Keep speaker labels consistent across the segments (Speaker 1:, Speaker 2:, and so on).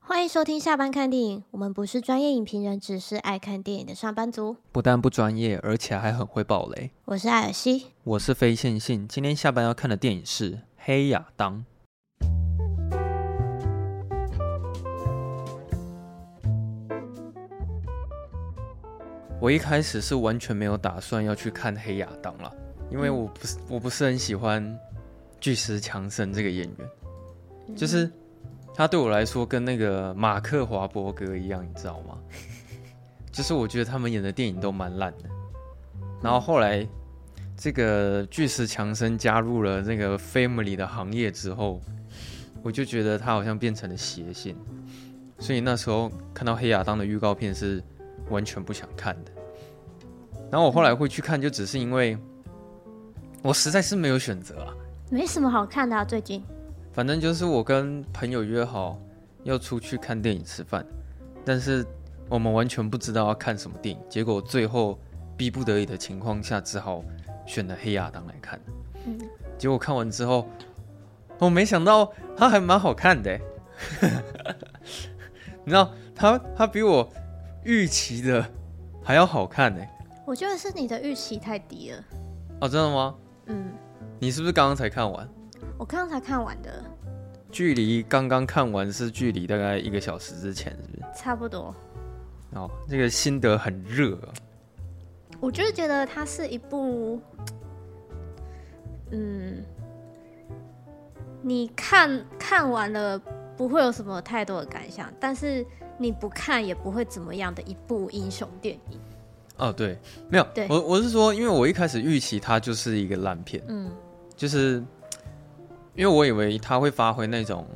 Speaker 1: 欢迎收听下班看电影，我们不是专业影评人，只是爱看电影的上班族。
Speaker 2: 不但不专业，而且还很会爆雷。
Speaker 1: 我是艾尔西，
Speaker 2: 我是非线性，今天下班要看的电影是《黑亚当》。我一开始是完全没有打算要去看《黑亚当》了，因为我不是我不是很喜欢巨石强森这个演员，就是他对我来说跟那个马克华伯格一样，你知道吗？就是我觉得他们演的电影都蛮烂的。然后后来这个巨石强森加入了那个 Family 的行业之后，我就觉得他好像变成了邪性，所以那时候看到《黑亚当》的预告片是完全不想看的。然后我后来会去看，就只是因为我实在是没有选择啊。
Speaker 1: 没什么好看的、啊，最近
Speaker 2: 反正就是我跟朋友约好要出去看电影吃饭，但是我们完全不知道要看什么电影，结果最后逼不得已的情况下，只好选了《黑亚当》来看。
Speaker 1: 嗯
Speaker 2: 结果看完之后，我没想到它还蛮好看的欸， 你知道，它它比我预期的还要好看呢。
Speaker 1: 我觉得是你的预期太低了。
Speaker 2: 哦，真的吗？
Speaker 1: 嗯，
Speaker 2: 你是不是刚刚才看完？
Speaker 1: 我刚刚才看完的，
Speaker 2: 距离刚刚看完是距离大概一个小时之前，是不是？
Speaker 1: 差不多。
Speaker 2: 哦，这个心得很热啊、
Speaker 1: 我就是觉得它是一部，嗯，你看看完了不会有什么太多的感想，但是你不看也不会怎么样的一部英雄电影。
Speaker 2: 哦，对，没有
Speaker 1: 对，
Speaker 2: 我我是说，因为我一开始预期它就是一个烂片，
Speaker 1: 嗯
Speaker 2: 就是因为我以为他会发挥那种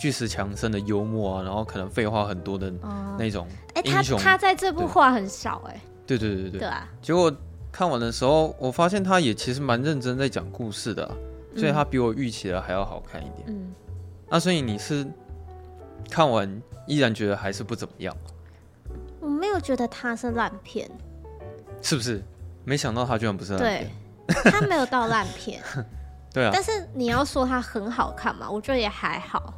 Speaker 2: 巨石强森的幽默啊，然后可能废话很多的
Speaker 1: 哦，
Speaker 2: 那种
Speaker 1: 哎、他
Speaker 2: 英雄。
Speaker 1: 他在这部
Speaker 2: 对
Speaker 1: 话很少哎、
Speaker 2: 对对对对
Speaker 1: 对
Speaker 2: 对。
Speaker 1: 啊，
Speaker 2: 结果看完的时候，我发现他也其实蛮认真在讲故事的啊、所以他比我预期的还要好看一点。
Speaker 1: 嗯，
Speaker 2: 那所以你是看完依然觉得还是不怎么样，
Speaker 1: 我没有觉得他是烂片，
Speaker 2: 是不是？没想到他居然不是烂
Speaker 1: 对
Speaker 2: 片。，
Speaker 1: 他没有到烂片，
Speaker 2: 对啊，
Speaker 1: 但是你要说他很好看嘛，我觉得也还好，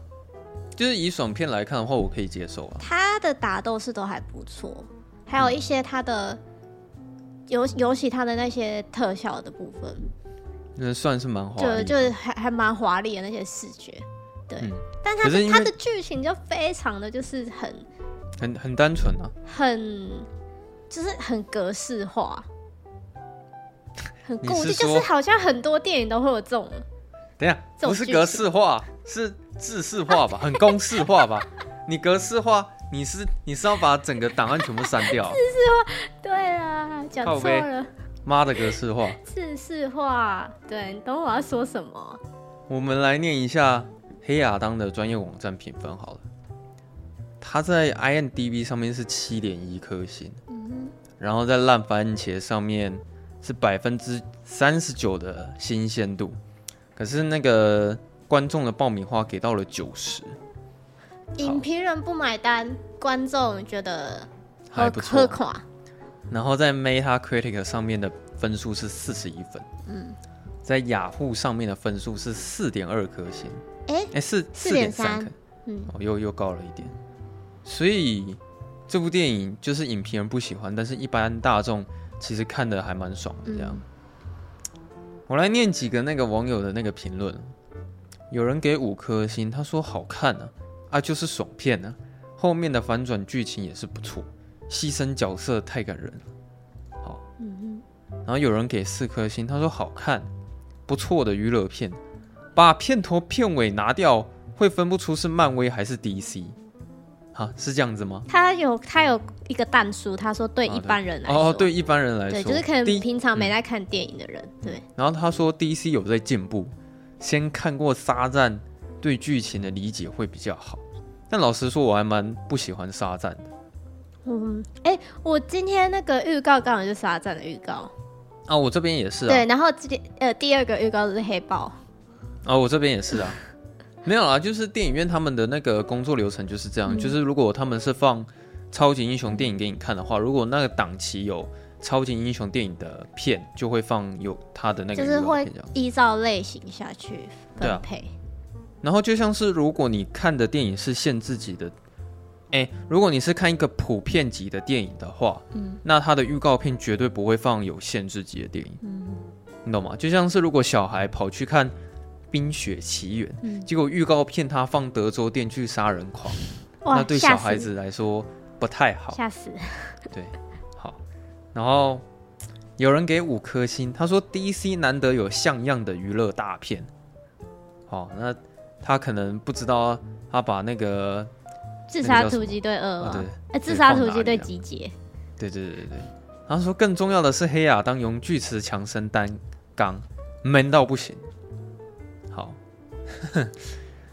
Speaker 2: 就是以爽片来看的话，我可以接受啊。
Speaker 1: 他的打斗是都还不错，还有一些他的。尤尤其他的那些特效的部分，
Speaker 2: 那算是蛮啊华丽
Speaker 1: 就
Speaker 2: 的。
Speaker 1: 就是还还蛮华丽的那些视觉，对。
Speaker 2: 嗯
Speaker 1: 但他
Speaker 2: 可是
Speaker 1: 的
Speaker 2: 因为
Speaker 1: 他的剧情就非常的就是很
Speaker 2: 很很单纯啊。
Speaker 1: 很就是很格式化，很
Speaker 2: 你
Speaker 1: 固
Speaker 2: 是
Speaker 1: 定，就是
Speaker 2: 说
Speaker 1: 好像很多电影都会有这种
Speaker 2: 等一下，
Speaker 1: 这种
Speaker 2: 不是格式化，是制式化吧？ 很公式化吧？你格式化，你是你是要把整个档案全部删掉？啊
Speaker 1: 对啦，讲
Speaker 2: 靠
Speaker 1: 错
Speaker 2: 背
Speaker 1: 了，
Speaker 2: 妈的格式化！
Speaker 1: 自式化。对，你懂我要说什么？
Speaker 2: 我们来念一下黑亚当的专业网站评分好了。它在 IMDB 上面是七点一颗星，
Speaker 1: 嗯，
Speaker 2: 然后在烂番茄上面是百分之三十九的新鲜度，可是那个观众的爆米花给到了九十，
Speaker 1: 影评人不买单，观众觉得
Speaker 2: 还
Speaker 1: 喝
Speaker 2: 不
Speaker 1: 喝
Speaker 2: 错。啊
Speaker 1: 垮。
Speaker 2: 然后在 Metacritic 上面的分数是四十一分，
Speaker 1: 嗯，
Speaker 2: 在雅虎上面的分数是四点二颗星，
Speaker 1: 哎
Speaker 2: 哎四
Speaker 1: 4.3
Speaker 2: 颗，
Speaker 1: 嗯
Speaker 2: 哦又又高了一点，所以这部电影就是影评人不喜欢，但是一般大众其实看的还蛮爽的这样。
Speaker 1: 嗯
Speaker 2: 我来念几个那个网友的那个评论，有人给五颗星，他说好看啊，啊就是爽片啊，后面的反转剧情也是不错，牺牲角色太感人了。好，
Speaker 1: 嗯
Speaker 2: 然后有人给四颗星，他说好看，不错的娱乐片，把片头片尾拿掉会分不出是漫威还是 DC，啊，是这样子吗？
Speaker 1: 他有他有一个蛋书，他说对
Speaker 2: 哦
Speaker 1: 一般人来说，
Speaker 2: 哦，对，一般人来说，
Speaker 1: 对，就是可能
Speaker 2: D-
Speaker 1: 平常没在看电影的人，对，
Speaker 2: 然后他说 DC 有在进步，先看过《沙赞》，对剧情的理解会比较好。但老实说，我还蛮不喜欢《沙赞》的
Speaker 1: 嗯，哎、我今天那个预告刚好就是沙赞的预告，
Speaker 2: 啊，我这边也是啊，
Speaker 1: 对，然后这呃第二个预告就是黑豹，
Speaker 2: 啊，我这边也是 啊，没有啦，就是电影院他们的那个工作流程就是
Speaker 1: 嗯
Speaker 2: 这样，就是如果他们是放超级英雄电影给你看的话，如果那个档期有超级英雄电影的片，就会放有他的那个
Speaker 1: 就
Speaker 2: 预
Speaker 1: 是
Speaker 2: 告
Speaker 1: 会
Speaker 2: 片这样。
Speaker 1: 依照类型下去
Speaker 2: 对啊
Speaker 1: 分配，
Speaker 2: 然后就像是如果你看的电影是限制级的哎、如果你是看一个普遍级的电影的话，
Speaker 1: 嗯
Speaker 2: 那它的预告片绝对不会放有限制级的电影，
Speaker 1: 嗯
Speaker 2: 你懂吗？就像是如果小孩跑去看《冰雪奇缘》，
Speaker 1: 嗯，
Speaker 2: 结果预告片他放德州电锯杀人狂，那
Speaker 1: 哇，
Speaker 2: 对
Speaker 1: 吓
Speaker 2: 小
Speaker 1: 死
Speaker 2: 孩子来说不太好。
Speaker 1: 吓死，
Speaker 2: 对，好，然后有人给五颗星，他说 DC 难得有像样的娱乐大片。好，那他可能不知道他把那个，
Speaker 1: 自
Speaker 2: 那个
Speaker 1: 杀
Speaker 2: 叫什
Speaker 1: 突
Speaker 2: 么
Speaker 1: 击队二
Speaker 2: 啊
Speaker 1: 吗
Speaker 2: 对？
Speaker 1: 哎，自
Speaker 2: 对
Speaker 1: 杀
Speaker 2: 放
Speaker 1: 突
Speaker 2: 哪
Speaker 1: 击
Speaker 2: 里
Speaker 1: 队
Speaker 2: 啊
Speaker 1: 集结，
Speaker 2: 对对对对对，他说更重要的是黑亚当用锯齿强身担纲，man 到不行。好，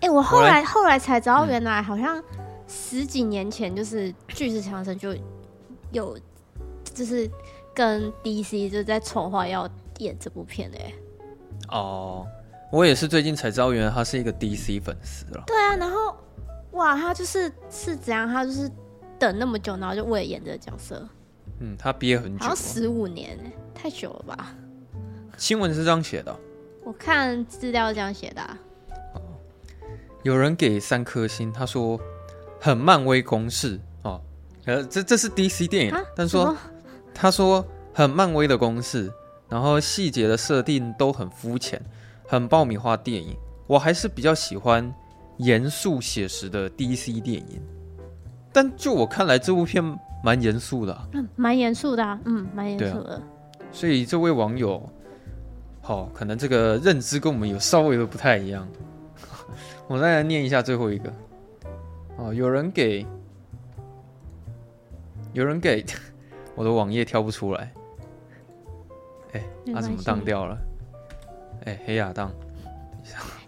Speaker 1: 哎，我后
Speaker 2: 来
Speaker 1: 来后来才知
Speaker 2: 嗯
Speaker 1: 道，原来好像十几年前就是巨石强森就有，就是跟 DC 就在筹划要演这部片的欸。
Speaker 2: 哦，我也是最近才知道，原来他是一个 DC 粉丝了。
Speaker 1: 对啊，然后哇，他就是是怎样？他就是等那么久，然后就为了演这个角色，
Speaker 2: 嗯，他憋很
Speaker 1: 好
Speaker 2: 久
Speaker 1: 像
Speaker 2: 了。
Speaker 1: 十五年哎，太久了吧？
Speaker 2: 新闻是这样写的哦、
Speaker 1: 我看资料这样写的、啊，
Speaker 2: 有人给三颗星，他说很漫威公式哦，呃，这这是 DC 电影
Speaker 1: 啊，
Speaker 2: 但
Speaker 1: 什
Speaker 2: 说
Speaker 1: 么
Speaker 2: 他说很漫威的公式，然后细节的设定都很肤浅，很爆米花电影。我还是比较喜欢严肃写实的 DC 电影，但就我看来，这部片蛮严肃的啊、
Speaker 1: 嗯蛮严肃的、啊，嗯，蛮严
Speaker 2: 对啊
Speaker 1: 肃的。
Speaker 2: 所以这位网友，好、可能这个认知跟我们有稍微的不太一样。 我再来念一下最后一个。哦，有人给，有人给， 我的网页跳不出来。哎、
Speaker 1: 没
Speaker 2: 他、
Speaker 1: 关
Speaker 2: 怎么
Speaker 1: 系
Speaker 2: 当掉了？哎、黑亚当，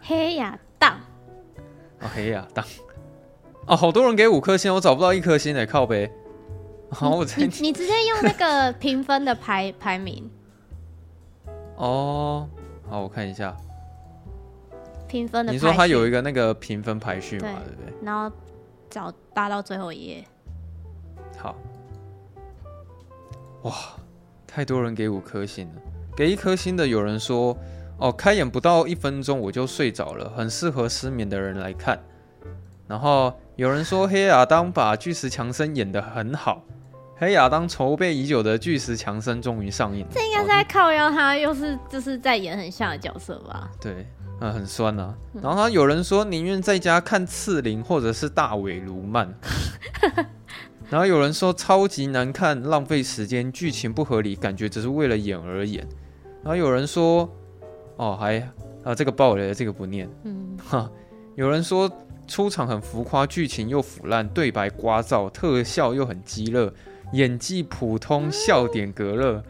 Speaker 1: 黑亚当，
Speaker 2: 哦，黑亚当， 哦，好多人给五颗星，我找不到一颗星哎，靠呗。 好，我
Speaker 1: 你
Speaker 2: 再
Speaker 1: 你直接用那个评分的排排名，
Speaker 2: 哦，好，我看一下。
Speaker 1: 评分的排
Speaker 2: 你说它有一
Speaker 1: 个，
Speaker 2: 个那个评分排序嘛，
Speaker 1: 对
Speaker 2: 对不对？
Speaker 1: 然后找扒到最后一页，
Speaker 2: 哦好，哇，太多人给五颗星了，给一颗星的有人说，哦，开演不到一分钟我就睡着了，很适合失眠的人来看。然后有人说黑亚当把巨石强森演得很好，黑亚当筹备已久的巨石强森终于上映了，这应
Speaker 1: 应该是在靠腰，他又是就是在演很像的角色吧？
Speaker 2: 对，啊，很酸呐、然后他有人说宁愿在家看刺陵或者是大尾卢曼， 然后有人说超级难看，浪费时间，剧情不合理，感觉只是为了演而演。然后有人说，哦，还啊这个爆雷了，这个不念。
Speaker 1: 嗯，
Speaker 2: 哈，有人说出场很浮夸，剧情又腐烂，对白聒噪，特效又很激热，演技普通，笑点隔热。
Speaker 1: 呃，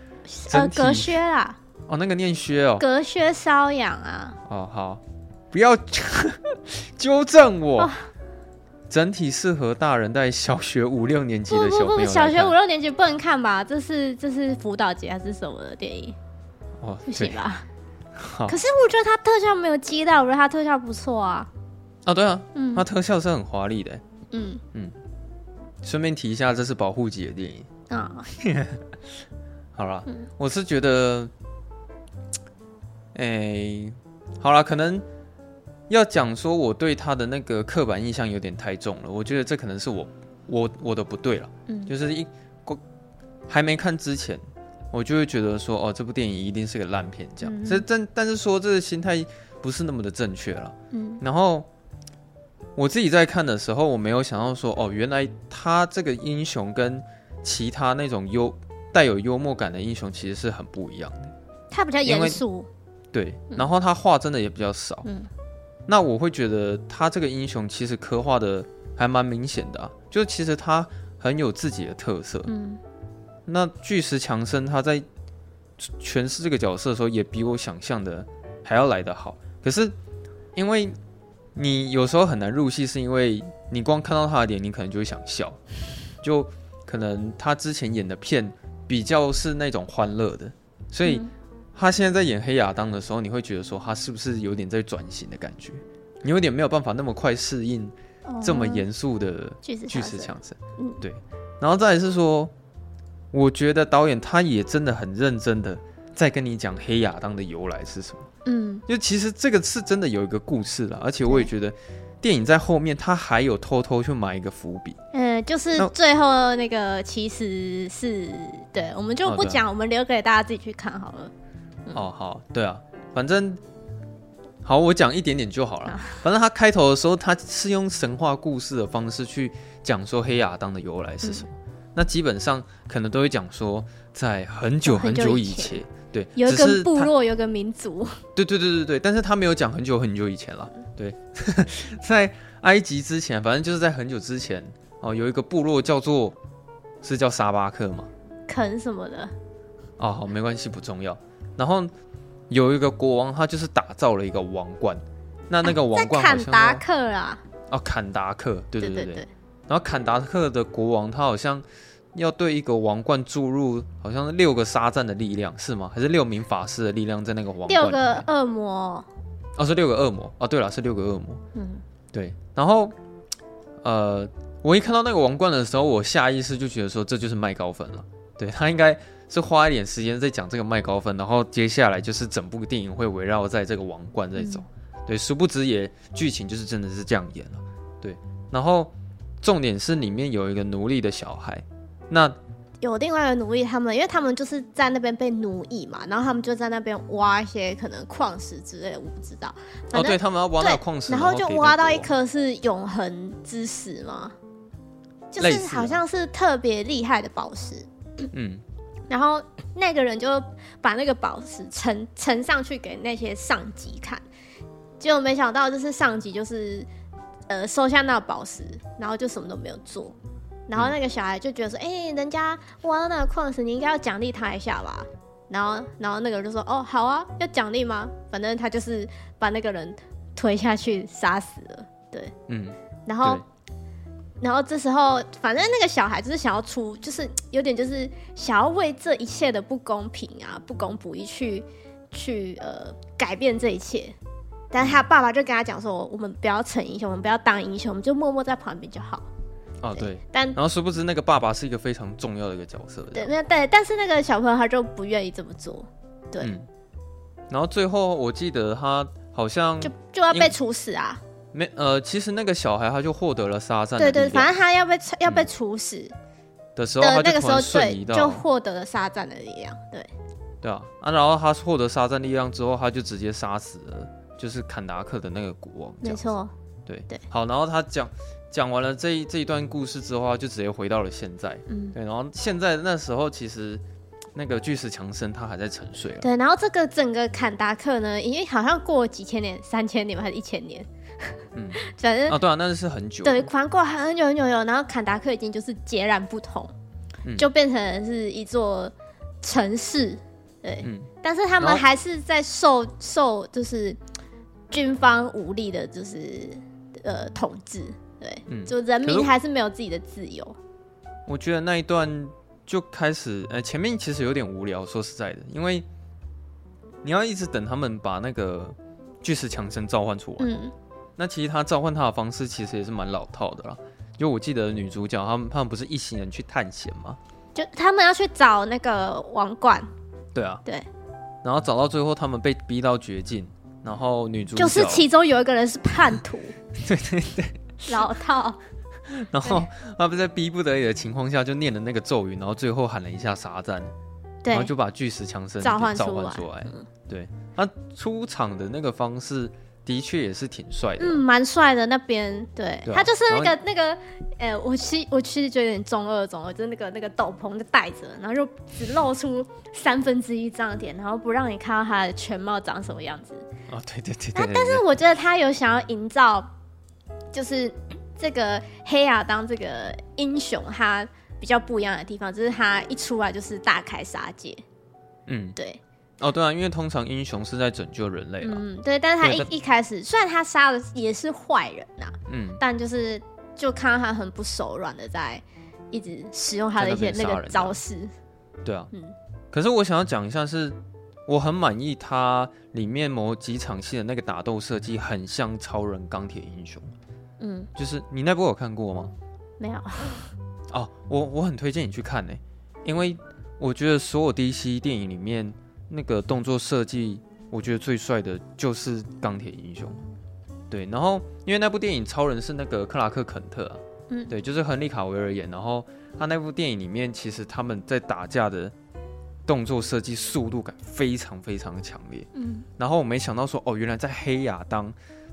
Speaker 2: 整体
Speaker 1: 隔靴啦，
Speaker 2: 哦，那个念薛哦，
Speaker 1: 隔靴搔痒啊。
Speaker 2: 哦，好，不要纠正我。
Speaker 1: 哦
Speaker 2: 整体适合大人在小学五六年级
Speaker 1: 不
Speaker 2: 的小
Speaker 1: 不
Speaker 2: 朋友
Speaker 1: 不，
Speaker 2: 来
Speaker 1: 小学
Speaker 2: 看
Speaker 1: 五六年级不能看吧？这是这是辅导节还是什么的电影？
Speaker 2: 哦，
Speaker 1: 不行
Speaker 2: 对，
Speaker 1: 吧？
Speaker 2: 好
Speaker 1: 可是我觉得它特效没有激到，我觉得它特效不错啊。
Speaker 2: 啊，对啊，
Speaker 1: 嗯
Speaker 2: 它特效是很华丽的。
Speaker 1: 嗯
Speaker 2: 顺便提一下，这是保护级的电影。
Speaker 1: 啊，
Speaker 2: 好啦，
Speaker 1: 嗯
Speaker 2: 我是觉得，哎、好啦，可能要讲说我对他的那个刻板印象有点太重了，我觉得这可能是我我我的不对了，
Speaker 1: 嗯
Speaker 2: 就是一过还没看之前，我就会觉得说，哦，这部电影一定是个烂片这样，
Speaker 1: 嗯
Speaker 2: 这但但是说这个心态不是那么的正确了，
Speaker 1: 嗯
Speaker 2: 然后。我自己在看的时候，我没有想到说，哦，原来他这个英雄跟其他那种优带有幽默感的英雄其实是很不一样的。
Speaker 1: 它比较
Speaker 2: 因为
Speaker 1: 严肃。
Speaker 2: 对，然后他画真的也比较少。
Speaker 1: 嗯
Speaker 2: 那我会觉得他这个英雄其实刻画的还蛮明显的啊，就其实他很有自己的特色。
Speaker 1: 嗯
Speaker 2: 那巨石强森他在诠释这个角色的时候，也比我想象的还要来得好。可是因为你有时候很难入戏，是因为你光看到他的脸，你可能就会想笑。就可能他之前演的片比较是那种欢乐的，所以
Speaker 1: 嗯
Speaker 2: 他现在在演黑亚当的时候，你会觉得说他是不是有点在转型的感觉？你有点没有办法那么快适应这么
Speaker 1: 哦
Speaker 2: 严肃的
Speaker 1: 巨石
Speaker 2: 巨
Speaker 1: 强
Speaker 2: 石
Speaker 1: 森
Speaker 2: 强森，
Speaker 1: 嗯
Speaker 2: 对。然后再来是说，我觉得导演他也真的很认真的在跟你讲黑亚当的由来是什么，
Speaker 1: 嗯
Speaker 2: 就其实这个是真的有一个故事啦，而且我也觉得电影在后面他还有偷偷去埋一个伏笔，
Speaker 1: 呃，呃，就是
Speaker 2: 那
Speaker 1: 最后那个其实是对，我们就
Speaker 2: 哦
Speaker 1: 不
Speaker 2: 对啊
Speaker 1: 讲，我们留给大家自己去看好了。嗯
Speaker 2: 哦，好，对啊，反正好，我讲一点点就好了
Speaker 1: 好。
Speaker 2: 反正他开头的时候，他是用神话故事的方式去讲说黑亚当的由来是什么。
Speaker 1: 嗯
Speaker 2: 那基本上可能都会讲说，在很久
Speaker 1: 哦很
Speaker 2: 很
Speaker 1: 久
Speaker 2: 久
Speaker 1: 以
Speaker 2: 以
Speaker 1: 前
Speaker 2: 前，对，
Speaker 1: 有一
Speaker 2: 只是
Speaker 1: 个部
Speaker 2: 他
Speaker 1: 落，有一个民族，
Speaker 2: 对对对对对，但是他没有讲很久很久以前了。对， 在埃及之前，反正就是在很久之前哦，有一个部落叫做是叫沙巴克嘛。
Speaker 1: 啃什么的，
Speaker 2: 哦，好，没关系，不重要。然后有一个国王，他就是打造了一个王冠。那那个
Speaker 1: 啊在
Speaker 2: 王冠好
Speaker 1: 坎
Speaker 2: 像
Speaker 1: 达
Speaker 2: 要
Speaker 1: 克啦，
Speaker 2: 哦，坎达克，对
Speaker 1: 对
Speaker 2: 对对
Speaker 1: 对，
Speaker 2: 然后坎达克的国王，他好像要对一个王冠注入好像是六个沙赞的力量，是吗？还是六名法师的力量在那个王冠里面？
Speaker 1: 六个恶魔，
Speaker 2: 哦，是六个恶魔哦。对了，是六个恶魔。
Speaker 1: 嗯，
Speaker 2: 对，然后呃，我一看到那个王冠的时候，我下意识就觉得说这就是麦高芬了。对他应该是花一点时间在讲这个麦高芬，然后接下来就是整部电影会围绕在这个王冠在走。
Speaker 1: 嗯
Speaker 2: 对，殊不知也剧情就是真的是这样演了。对，然后重点是里面有一个奴隶的小孩，那
Speaker 1: 有另外一个奴役他们，因为他们就是在那边被奴役嘛，然后他们就在那边挖一些可能矿石之类的，我不知道，
Speaker 2: 哦，
Speaker 1: 反正、
Speaker 2: 对哦他们要挖那个
Speaker 1: 对
Speaker 2: 矿石，
Speaker 1: 然
Speaker 2: 后
Speaker 1: 后就
Speaker 2: 给那
Speaker 1: 挖
Speaker 2: 个
Speaker 1: 到一
Speaker 2: 国
Speaker 1: 颗是永恒之石嘛，就
Speaker 2: 类
Speaker 1: 是
Speaker 2: 似啊
Speaker 1: 好像是特别厉害的宝石，
Speaker 2: 王，嗯，
Speaker 1: 然后那个人就把那个宝石呈呈上去给那些上级看，结果没想到就是上级就是呃收下那个宝石，然后就什么都没有做。然后那个小孩就觉得说：“哎、人家挖到那个矿石，你应该要奖励他一下吧。”然后，然后那个人就说：“哦，好啊，要奖励吗？反正他就是把那个人推下去杀死了。”对，
Speaker 2: 嗯，
Speaker 1: 然后
Speaker 2: 对，
Speaker 1: 然后这时候，反正那个小孩就是想要出，就是有点就是想要为这一切的不公平啊、不公不义去去呃改变这一切。但是他爸爸就跟他讲说：“我们不要逞英雄，我们不要当英雄，我们就默默在旁边就好。
Speaker 2: 哦对，”
Speaker 1: 但
Speaker 2: 然后殊不知那个爸爸是一个非常重要的一个角色，这样
Speaker 1: 对，那对，但是那个小朋友他就不愿意这么做，对
Speaker 2: 嗯，然后最后我记得他好像
Speaker 1: 就就要
Speaker 2: 嗯因
Speaker 1: 被
Speaker 2: 为
Speaker 1: 处死啊！
Speaker 2: 没呃，其实那个小孩他就获得了沙赞的
Speaker 1: 对
Speaker 2: 力量
Speaker 1: 对，反正他要被处要被处死
Speaker 2: 的时候，
Speaker 1: 的
Speaker 2: 啊他
Speaker 1: 那个时
Speaker 2: 就突
Speaker 1: 候，
Speaker 2: 然瞬
Speaker 1: 对，
Speaker 2: 移
Speaker 1: 就
Speaker 2: 到
Speaker 1: 获得了沙赞的力量。对，
Speaker 2: 对啊啊，然后他获得沙赞力量之后，他就直接杀死了就是坎达克的那个国王，这
Speaker 1: 没
Speaker 2: 样
Speaker 1: 错，
Speaker 2: 对
Speaker 1: 对
Speaker 2: 好，然后他讲讲完了这一这一段故事之后，他就直接回到了现在，
Speaker 1: 嗯。
Speaker 2: 对，然后现在那时候其实那个巨石强森他还在沉睡啊了，
Speaker 1: 对，然后这个整个坎达克呢，因为好像过了几千年，三千年吧还是一千年，
Speaker 2: 嗯
Speaker 1: 反正、
Speaker 2: 啊，对啊，那是很久，
Speaker 1: 对，反正过了很久很久很久，然后坎达克已经就是截然不同，
Speaker 2: 嗯
Speaker 1: 就变成是一座城市，对，
Speaker 2: 嗯
Speaker 1: 但是他
Speaker 2: 然
Speaker 1: 们
Speaker 2: 后
Speaker 1: 还是在受受就是军方武力的，就是呃统治，对，
Speaker 2: 嗯，
Speaker 1: 就人
Speaker 2: 可
Speaker 1: 民
Speaker 2: 是
Speaker 1: 还是没有自己的自由，
Speaker 2: 我觉得那一段就开始，呃，前面其实有点无聊，说实在的，因为你要一直等他们把那个巨石强森召唤出来。
Speaker 1: 嗯，
Speaker 2: 那其实他召唤他的方式其实也是蛮老套的啦。就我记得女主角他们他们不是一行人去探险吗？
Speaker 1: 就他们要去找那个王冠，
Speaker 2: 对啊，
Speaker 1: 对。
Speaker 2: 然后找到最后，他们被逼到绝境，然后女主角
Speaker 1: 就是其中有一个人是叛徒，
Speaker 2: 对对对，
Speaker 1: 老套。
Speaker 2: 然后他们在逼不得已的情况下就念了那个咒语，然后最后喊了一下沙赞，
Speaker 1: 对
Speaker 2: 然后就把巨石强森
Speaker 1: 召
Speaker 2: 给
Speaker 1: 唤
Speaker 2: 召
Speaker 1: 出
Speaker 2: 唤
Speaker 1: 来
Speaker 2: 出来。
Speaker 1: 嗯
Speaker 2: 对，他出场的那个方式的确也是挺帅的。
Speaker 1: 嗯，蛮帅的那边，对
Speaker 2: 对啊
Speaker 1: 他就是那个那个，呃，我其我其实觉得有点中二中二，就是那个那个斗篷就戴着，然后就只露出三分之一这样的点，然后不让你看到他的全貌长什么样子。
Speaker 2: 哦，对对对对对。但
Speaker 1: 啊但是我觉得他有想要营造，就是这个黑亚当这个英雄他比较不一样的地方，就是他一出来就是大开杀戒，
Speaker 2: 嗯，
Speaker 1: 对，
Speaker 2: 哦对啊，因为通常英雄是在拯救人类啦。
Speaker 1: 嗯，对，但是他
Speaker 2: 对
Speaker 1: 一
Speaker 2: 但
Speaker 1: 一开始虽然他杀的也是坏人呐、
Speaker 2: 嗯，
Speaker 1: 但就是就看到他很不手软的在一直使用他的一些
Speaker 2: 在
Speaker 1: 那
Speaker 2: 那边杀
Speaker 1: 个
Speaker 2: 人啊
Speaker 1: 招式，
Speaker 2: 对啊。
Speaker 1: 嗯
Speaker 2: 可是我想要讲一下是。我很满意它里面某几场戏的那个打斗设计，很像超人钢铁英雄。
Speaker 1: 嗯，
Speaker 2: 就是你那部有看过吗？
Speaker 1: 没有，啊
Speaker 2: 哦，我我很推荐你去看呢、因为我觉得所有 DC 电影里面那个动作设计，我觉得最帅的就是钢铁英雄。对，然后因为那部电影超人是那个克拉克肯特啊，
Speaker 1: 嗯
Speaker 2: 对，就是亨利卡维尔演。然后他那部电影里面，其实他们在打架的动作设计速度感非常非常的强烈。
Speaker 1: 嗯
Speaker 2: 然后我没想到说，哦，原来在《黑亚当》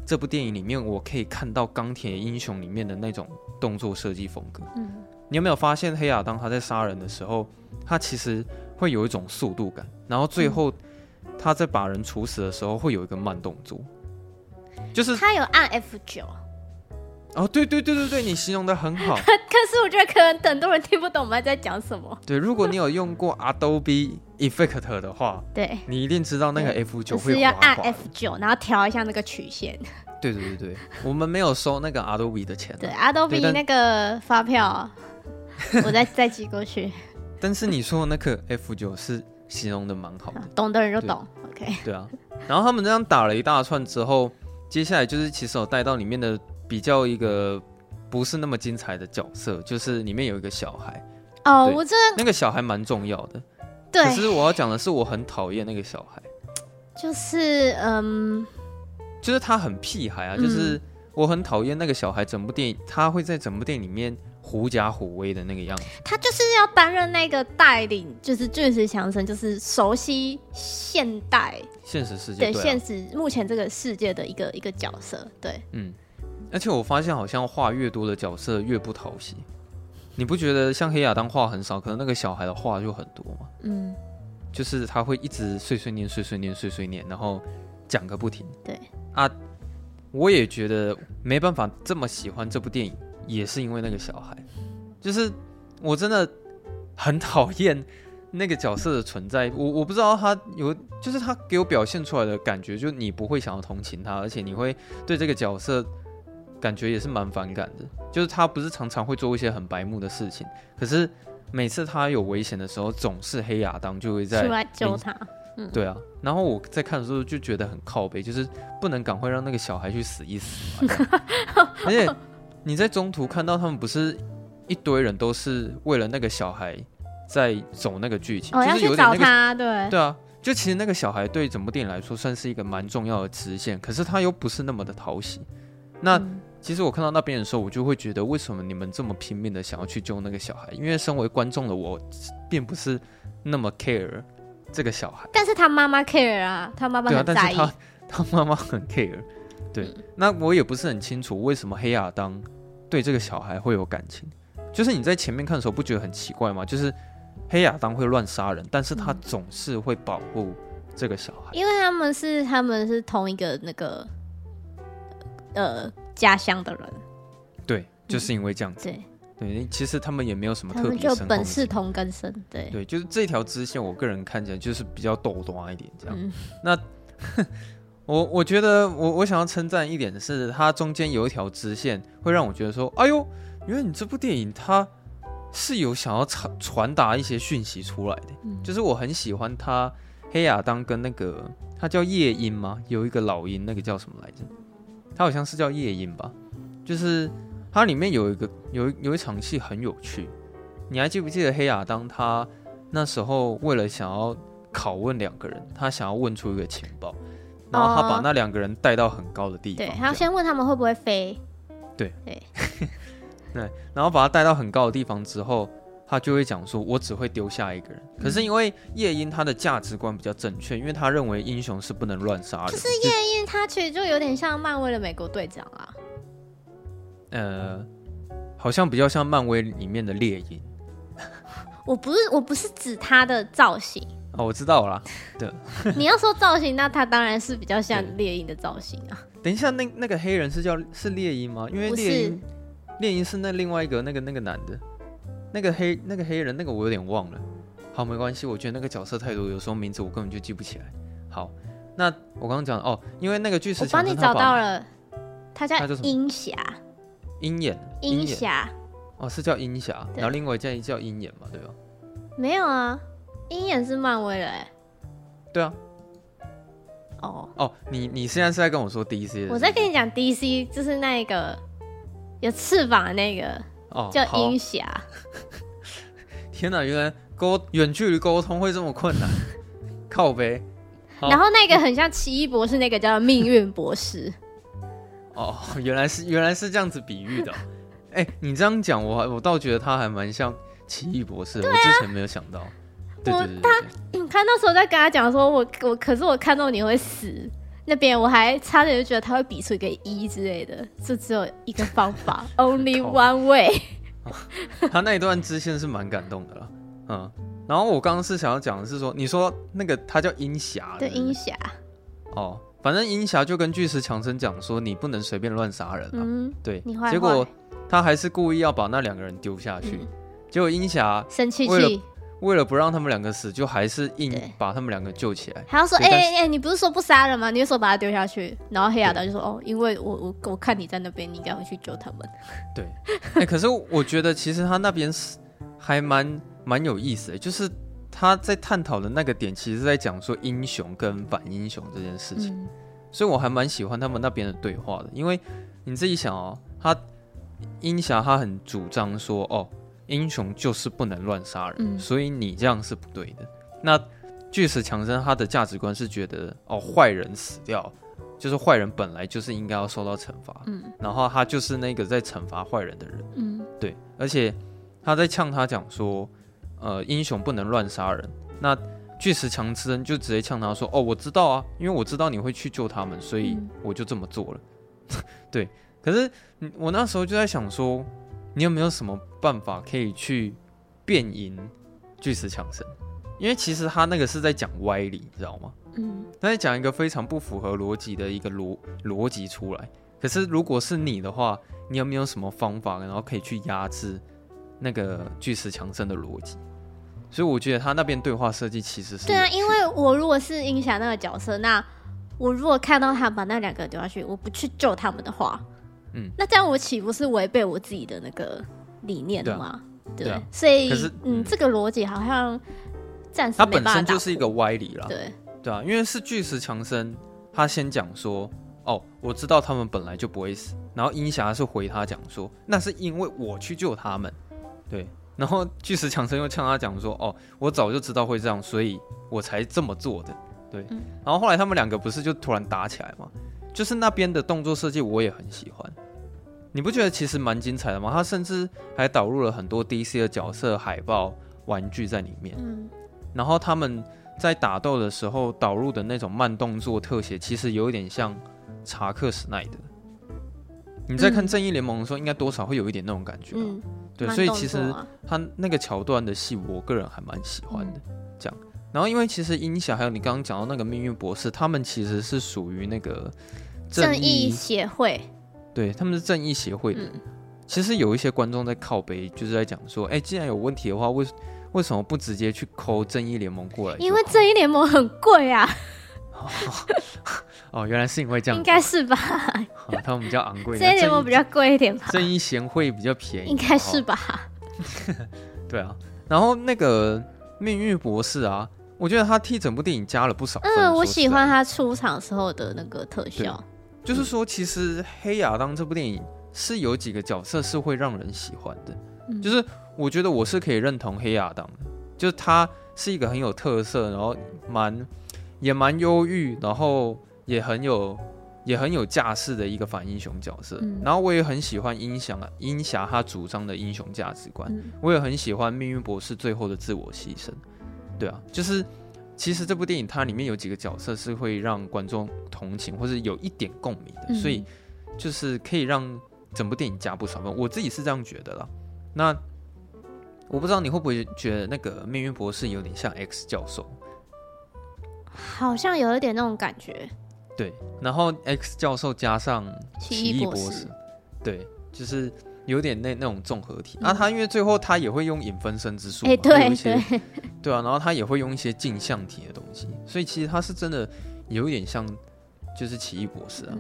Speaker 2: 这部电影里面，我可以看到《钢铁英雄》里面的那种动作设计风格。
Speaker 1: 嗯
Speaker 2: 你有没有发现，黑亚当他在杀人的时候，他其实会有一种速度感，然后最后他在把人处死的时候，会有一个慢动作，就是
Speaker 1: 他有按 F 九，
Speaker 2: 哦，对对对对对，你形容的 很好。
Speaker 1: 可是我觉得可能很多人听不懂我们在讲什么。
Speaker 2: 对，如果你有用过 Adobe Effect 的话，
Speaker 1: 对，
Speaker 2: 你一定知道那个
Speaker 1: 对
Speaker 2: F 九
Speaker 1: 就
Speaker 2: 会
Speaker 1: 是要
Speaker 2: 滑
Speaker 1: 按
Speaker 2: 滑的
Speaker 1: F 九，然后调一下那个曲线。
Speaker 2: 对对对对，我们没有收那个 Adobe 的钱啊，
Speaker 1: 对
Speaker 2: 对
Speaker 1: ，Adobe
Speaker 2: 但
Speaker 1: 那个发票，我再再寄过去，
Speaker 2: 但是你说的那个 F 九是形容的蛮好的。
Speaker 1: 懂的人就懂。OK，
Speaker 2: 对啊，然后他们这样打了一大串之后，接下来就是其实有带到里面的比较一个不是那么精彩的角色，就是里面有一个小孩，
Speaker 1: 哦，
Speaker 2: 对
Speaker 1: 我真的
Speaker 2: 那个小孩蛮重要的。
Speaker 1: 对
Speaker 2: 可，是我要讲的是，我很讨厌那个小孩，
Speaker 1: 就是嗯，
Speaker 2: 就是他很屁孩啊，
Speaker 1: 嗯
Speaker 2: 就是我很讨厌那个小孩。整部电影他会在整部电影里面狐假虎威的那个样子。
Speaker 1: 他就是要担任那个带领，就是巨石强森，就是熟悉现代
Speaker 2: 现实世界
Speaker 1: 对
Speaker 2: 对啊、
Speaker 1: 现实目前这个世界的一个一个角色。对，
Speaker 2: 嗯，而且我发现好像画越多的角色越不讨喜，你不觉得像黑亚当画很少，可能那个小孩的画就很多吗？
Speaker 1: 嗯，
Speaker 2: 就是他会一直碎碎念、碎碎念、碎碎念，然后讲个不停。
Speaker 1: 对
Speaker 2: 啊，我也觉得没办法这么喜欢这部电影，也是因为那个小孩，就是我真的很讨厌那个角色的存在。我我不知道他有，就是他给我表现出来的感觉，就你不会想要同情他，而且你会对这个角色。感觉也是蛮反感的，就是他不是常常会做一些很白目的事情，可是每次他有危险的时候，总是黑亚当就会在
Speaker 1: 出来救他。
Speaker 2: 对啊，然后我在看的时候就觉得很靠背，就是不能赶快让那个小孩去死一死嘛。这样而且你在中途看到他们不是一堆人都是为了那个小孩在走那个剧情，
Speaker 1: 哦，
Speaker 2: 就
Speaker 1: 要
Speaker 2: 是有
Speaker 1: 去
Speaker 2: 点
Speaker 1: 找
Speaker 2: 那个
Speaker 1: 他，对，
Speaker 2: 对啊，就其实那个小孩对整部电影来说算是一个蛮重要的支线，可是他又不是那么的讨喜。那、
Speaker 1: 嗯
Speaker 2: 其实我看到那边的时候，我就会觉得为什么你们这么拼命的想要去救那个小孩？因为身为观众的我，并不是那么 care 这个小孩。
Speaker 1: 但是他妈妈 care 啊，他妈妈
Speaker 2: 对啊，
Speaker 1: 很
Speaker 2: 但
Speaker 1: 在
Speaker 2: 是
Speaker 1: 意。嗯
Speaker 2: 他 他妈妈很 care。对，那我也不是很清楚为什么黑亚当对这个小孩会有感情。就是你在前面看的时候，不觉得很奇怪吗？就是黑亚当会乱杀人，但是他
Speaker 1: 嗯
Speaker 2: 总是会保护这个小孩。
Speaker 1: 因为他们是他们是同一个那个呃家乡的人，
Speaker 2: 对，就是因为这样子。
Speaker 1: 对，
Speaker 2: 对，其实他们也没有什么
Speaker 1: 嗯他
Speaker 2: 特
Speaker 1: 们
Speaker 2: 别
Speaker 1: 就
Speaker 2: 深
Speaker 1: 本
Speaker 2: 厚的
Speaker 1: 是同根生，对，
Speaker 2: 对，就是这条支线，我个人看起来就是比较斗端一点这样。
Speaker 1: 嗯
Speaker 2: 那我我觉得我我想要称赞一点的是，它中间有一条支线会让我觉得说，哎呦，原来你这部电影它是有想要传传达一些讯息出来的，
Speaker 1: 嗯
Speaker 2: 就是我很喜欢它黑亚当跟那个他叫夜莺吗？有一个老鹰，那个叫什么来着？他好像是叫夜莺吧，就是它里面有一个有一有一场戏很有趣，你还记不记得黑亚当他那时候为了想要拷问两个人，他想要问出一个情报，然后他把
Speaker 1: 哦
Speaker 2: 那两个人带到很高的地方，
Speaker 1: 对，
Speaker 2: 这
Speaker 1: 他要
Speaker 2: 样
Speaker 1: 先问他们会不会飞，
Speaker 2: 然后把他带到很高的地方之后，他就会讲说：“我只会丢下一个人。”可是因为夜莺他的价值观比较正确，因为他认为英雄是不能乱杀人，
Speaker 1: 就是
Speaker 2: 就
Speaker 1: 因为他其实就有点像漫威的美国队长啊，
Speaker 2: 呃，好像比较像漫威里面的猎鹰
Speaker 1: 我不是我不是指他的造型，
Speaker 2: 啊，我知道啦。
Speaker 1: 你要说造型，那他当然是比较像猎鹰的造型啊，
Speaker 2: 等一下，那那个黑人是叫是猎鹰吗？因为
Speaker 1: 不
Speaker 2: 猎
Speaker 1: 是
Speaker 2: 鹰，猎鹰是那另外一个那个那个男的，那个黑那个黑人那个我有点忘了。好，没关系，我觉得那个角色太多，有时候名字我根本就记不起来。好，那我刚刚讲哦，因为那个巨
Speaker 1: 我
Speaker 2: 石强
Speaker 1: 帮你
Speaker 2: 森
Speaker 1: 找
Speaker 2: 他
Speaker 1: 到
Speaker 2: 把
Speaker 1: 了，他叫
Speaker 2: 他叫什么
Speaker 1: 鹰侠，
Speaker 2: 鹰眼，鹰
Speaker 1: 鹰
Speaker 2: 眼
Speaker 1: 侠
Speaker 2: 哦是叫鹰侠，
Speaker 1: 对
Speaker 2: 然后另外一件叫鹰眼嘛，对吧？
Speaker 1: 没有啊，鹰眼是漫威的、欸，
Speaker 2: 对啊，
Speaker 1: 哦，
Speaker 2: 哦你你现在是在跟我说 DC 的？
Speaker 1: 我在跟你讲 DC 就是那个有翅膀的那个
Speaker 2: 哦
Speaker 1: 叫
Speaker 2: 好
Speaker 1: 鹰侠，
Speaker 2: 天哪，原来沟远距离沟通会这么困 难，靠呗。好
Speaker 1: 然后那个很像奇异博士，那个叫命运博士。
Speaker 2: 哦，原来是原来是这样子比喻的哦。哎、哎、你这样讲，我还我倒觉得他还蛮像奇异博士的，我之前没有想到。对
Speaker 1: 啊我
Speaker 2: 对对对
Speaker 1: 你看那时候在嗯跟他讲说我，我可是我看到你会死那边，我还差点就觉得他会比出一个一之类的，这只有一个方法，only one way。
Speaker 2: 对，他那一段支线是蛮感动的啦。嗯，然后我刚刚是想要讲的是说，你说那个他叫鹰侠，
Speaker 1: 对，
Speaker 2: 是不
Speaker 1: 鹰
Speaker 2: 是
Speaker 1: 侠，
Speaker 2: 哦，反正鹰侠就跟巨石强森讲说，你不能随便乱杀人啊。
Speaker 1: 嗯，
Speaker 2: 对
Speaker 1: 你坏，坏
Speaker 2: 结果他还是故意要把那两个人丢下去。
Speaker 1: 嗯
Speaker 2: 结果鹰侠
Speaker 1: 生气
Speaker 2: 为了
Speaker 1: 气，
Speaker 2: 为了不让他们两个死，就还是硬
Speaker 1: 对
Speaker 2: 把他们两个救起来。
Speaker 1: 还要说，
Speaker 2: 对
Speaker 1: 哎
Speaker 2: 但是
Speaker 1: 哎哎，你不是说不杀人吗？你为什么把他丢下去？然后黑亚当就说，哦，因为我我我看你在那边，你应该会去救他们。
Speaker 2: 对，哎、可是我觉得其实他那边是还蛮蛮有意思的，就是他在探讨的那个点，其实在讲说英雄跟反英雄这件事情，
Speaker 1: 嗯，
Speaker 2: 所以我还蛮喜欢他们那边的对话的，因为你自己想哦，他英侠他很主张说，哦，英雄就是不能乱杀人，
Speaker 1: 嗯
Speaker 2: 所以你这样是不对的。那巨石强森他的价值观是觉得，哦，坏人死掉。就是坏人本来就是应该要受到惩罚，
Speaker 1: 嗯，
Speaker 2: 然后他就是那个在惩罚坏人的人，
Speaker 1: 嗯，
Speaker 2: 对，而且他在呛他讲说，呃，英雄不能乱杀人。那巨石强森就直接呛他说，哦，我知道啊，因为我知道你会去救他们，所以
Speaker 1: 嗯
Speaker 2: 我就这么做了。 对，可是嗯我那时候就在想说，你有没有什么办法可以去辩赢巨石强森？因为其实他那个是在讲歪理，你知道吗？
Speaker 1: 嗯，
Speaker 2: 他在讲一个非常不符合逻辑的一个逻逻辑出来。可是如果是你的话，你有没有什么方法，然后可以去压制那个巨石强森的逻辑？所以我觉得他那边对话设计其实是
Speaker 1: 对啊，
Speaker 2: 有趣
Speaker 1: 因为我如果是鹰侠那个角色，那我如果看到他把那两个丢下去，我不去救他们的话，
Speaker 2: 嗯，
Speaker 1: 那这样我岂不是违背我自己的那个理念
Speaker 2: 对
Speaker 1: 了
Speaker 2: 啊
Speaker 1: 吗？
Speaker 2: 对啊
Speaker 1: 所以
Speaker 2: 可是
Speaker 1: 嗯，
Speaker 2: 嗯
Speaker 1: 这个逻辑好像暂时
Speaker 2: 他
Speaker 1: 没
Speaker 2: 本
Speaker 1: 办法
Speaker 2: 身就是
Speaker 1: 打
Speaker 2: 一个歪理啦
Speaker 1: 破，对，
Speaker 2: 对啊，因为是巨石强森，他先讲说，哦，我知道他们本来就不会死，然后鹰侠是回他讲说，那是因为我去救他们，对，然后巨石强森又呛他讲说，哦，我早就知道会这样，所以我才这么做的，对，
Speaker 1: 嗯
Speaker 2: 然后后来他们两个不是就突然打起来嘛，就是那边的动作设计我也很喜欢。你不觉得其实蛮精彩的吗？他甚至还导入了很多 DC 的角色、海报、玩具在里面。
Speaker 1: 嗯，
Speaker 2: 然后他们在打斗的时候导入的那种慢动作特写，其实有一点像查克·史奈德。你在看
Speaker 1: 嗯
Speaker 2: 《正义联盟》的时候，应该多少会有一点那种感觉吧？
Speaker 1: 嗯，
Speaker 2: 对，
Speaker 1: 慢
Speaker 2: 所以
Speaker 1: 动
Speaker 2: 其
Speaker 1: 作
Speaker 2: 实
Speaker 1: 啊
Speaker 2: 他那个桥段的戏，我个人还蛮喜欢的。
Speaker 1: 嗯
Speaker 2: 这样，然后因为其实鹰侠还有你刚刚讲到那个命运博士，他们其实是属于那个
Speaker 1: 正义
Speaker 2: 义，
Speaker 1: 协会，
Speaker 2: 对，他们是正义协会的人。
Speaker 1: 嗯
Speaker 2: 其实有一些观众在靠背，就是在讲说，哎，既然有问题的话，为为什么不直接去抠正义联盟过来就好了？
Speaker 1: 因为正义联盟很贵啊，
Speaker 2: 哦，原来是因为这样
Speaker 1: 应
Speaker 2: 子，
Speaker 1: 该是吧？
Speaker 2: 哦他们比较昂贵，
Speaker 1: 正义联
Speaker 2: 那
Speaker 1: 盟比较贵一点吧，
Speaker 2: 正义贤惠比较便宜，
Speaker 1: 应该是
Speaker 2: 哦
Speaker 1: 吧？
Speaker 2: 对啊，然后那个命运博士啊，我觉得他替整部电影加了不哦少分。
Speaker 1: 嗯，我
Speaker 2: 说实在
Speaker 1: 喜欢，他出场时候的那个特效，嗯
Speaker 2: 就是说，其实《黑亚当》这部电影是有几个角色是会让人喜欢的，
Speaker 1: 嗯
Speaker 2: 就是我觉得我是可以认同黑亚当的，就是他是一个很有特色，然后蛮也蛮忧郁，然后也很有也很有架势的一个反英雄角色。
Speaker 1: 嗯
Speaker 2: 然后我也很喜欢鹰侠，鹰侠他主张的英雄价值观，
Speaker 1: 嗯
Speaker 2: 我也很喜欢命运博士最后的自我牺牲。对啊，就是其实这部电影它里面有几个角色是会让观众同情或是有一点共鸣的，
Speaker 1: 嗯
Speaker 2: 所以就是可以让整部电影加不少分。我自己是这样觉得啦。那我不知道你会不会觉得那个命运博士有点像 X 教授？
Speaker 1: 好像有一点那种感觉。
Speaker 2: 对，然后 X 教授加上
Speaker 1: 奇
Speaker 2: 奇
Speaker 1: 异
Speaker 2: 异
Speaker 1: 博
Speaker 2: 博
Speaker 1: 士
Speaker 2: 士，对，就是有点那那种综合体。那、他因为最后他也会用影分身之术
Speaker 1: 嗯
Speaker 2: 嘛，
Speaker 1: 哎、
Speaker 2: 还有
Speaker 1: 对
Speaker 2: 一些
Speaker 1: 对，
Speaker 2: 对啊，然后他也会用一些镜像体的东西，所以其实他是真的有一点像，就是奇异博士
Speaker 1: 嗯
Speaker 2: 啊，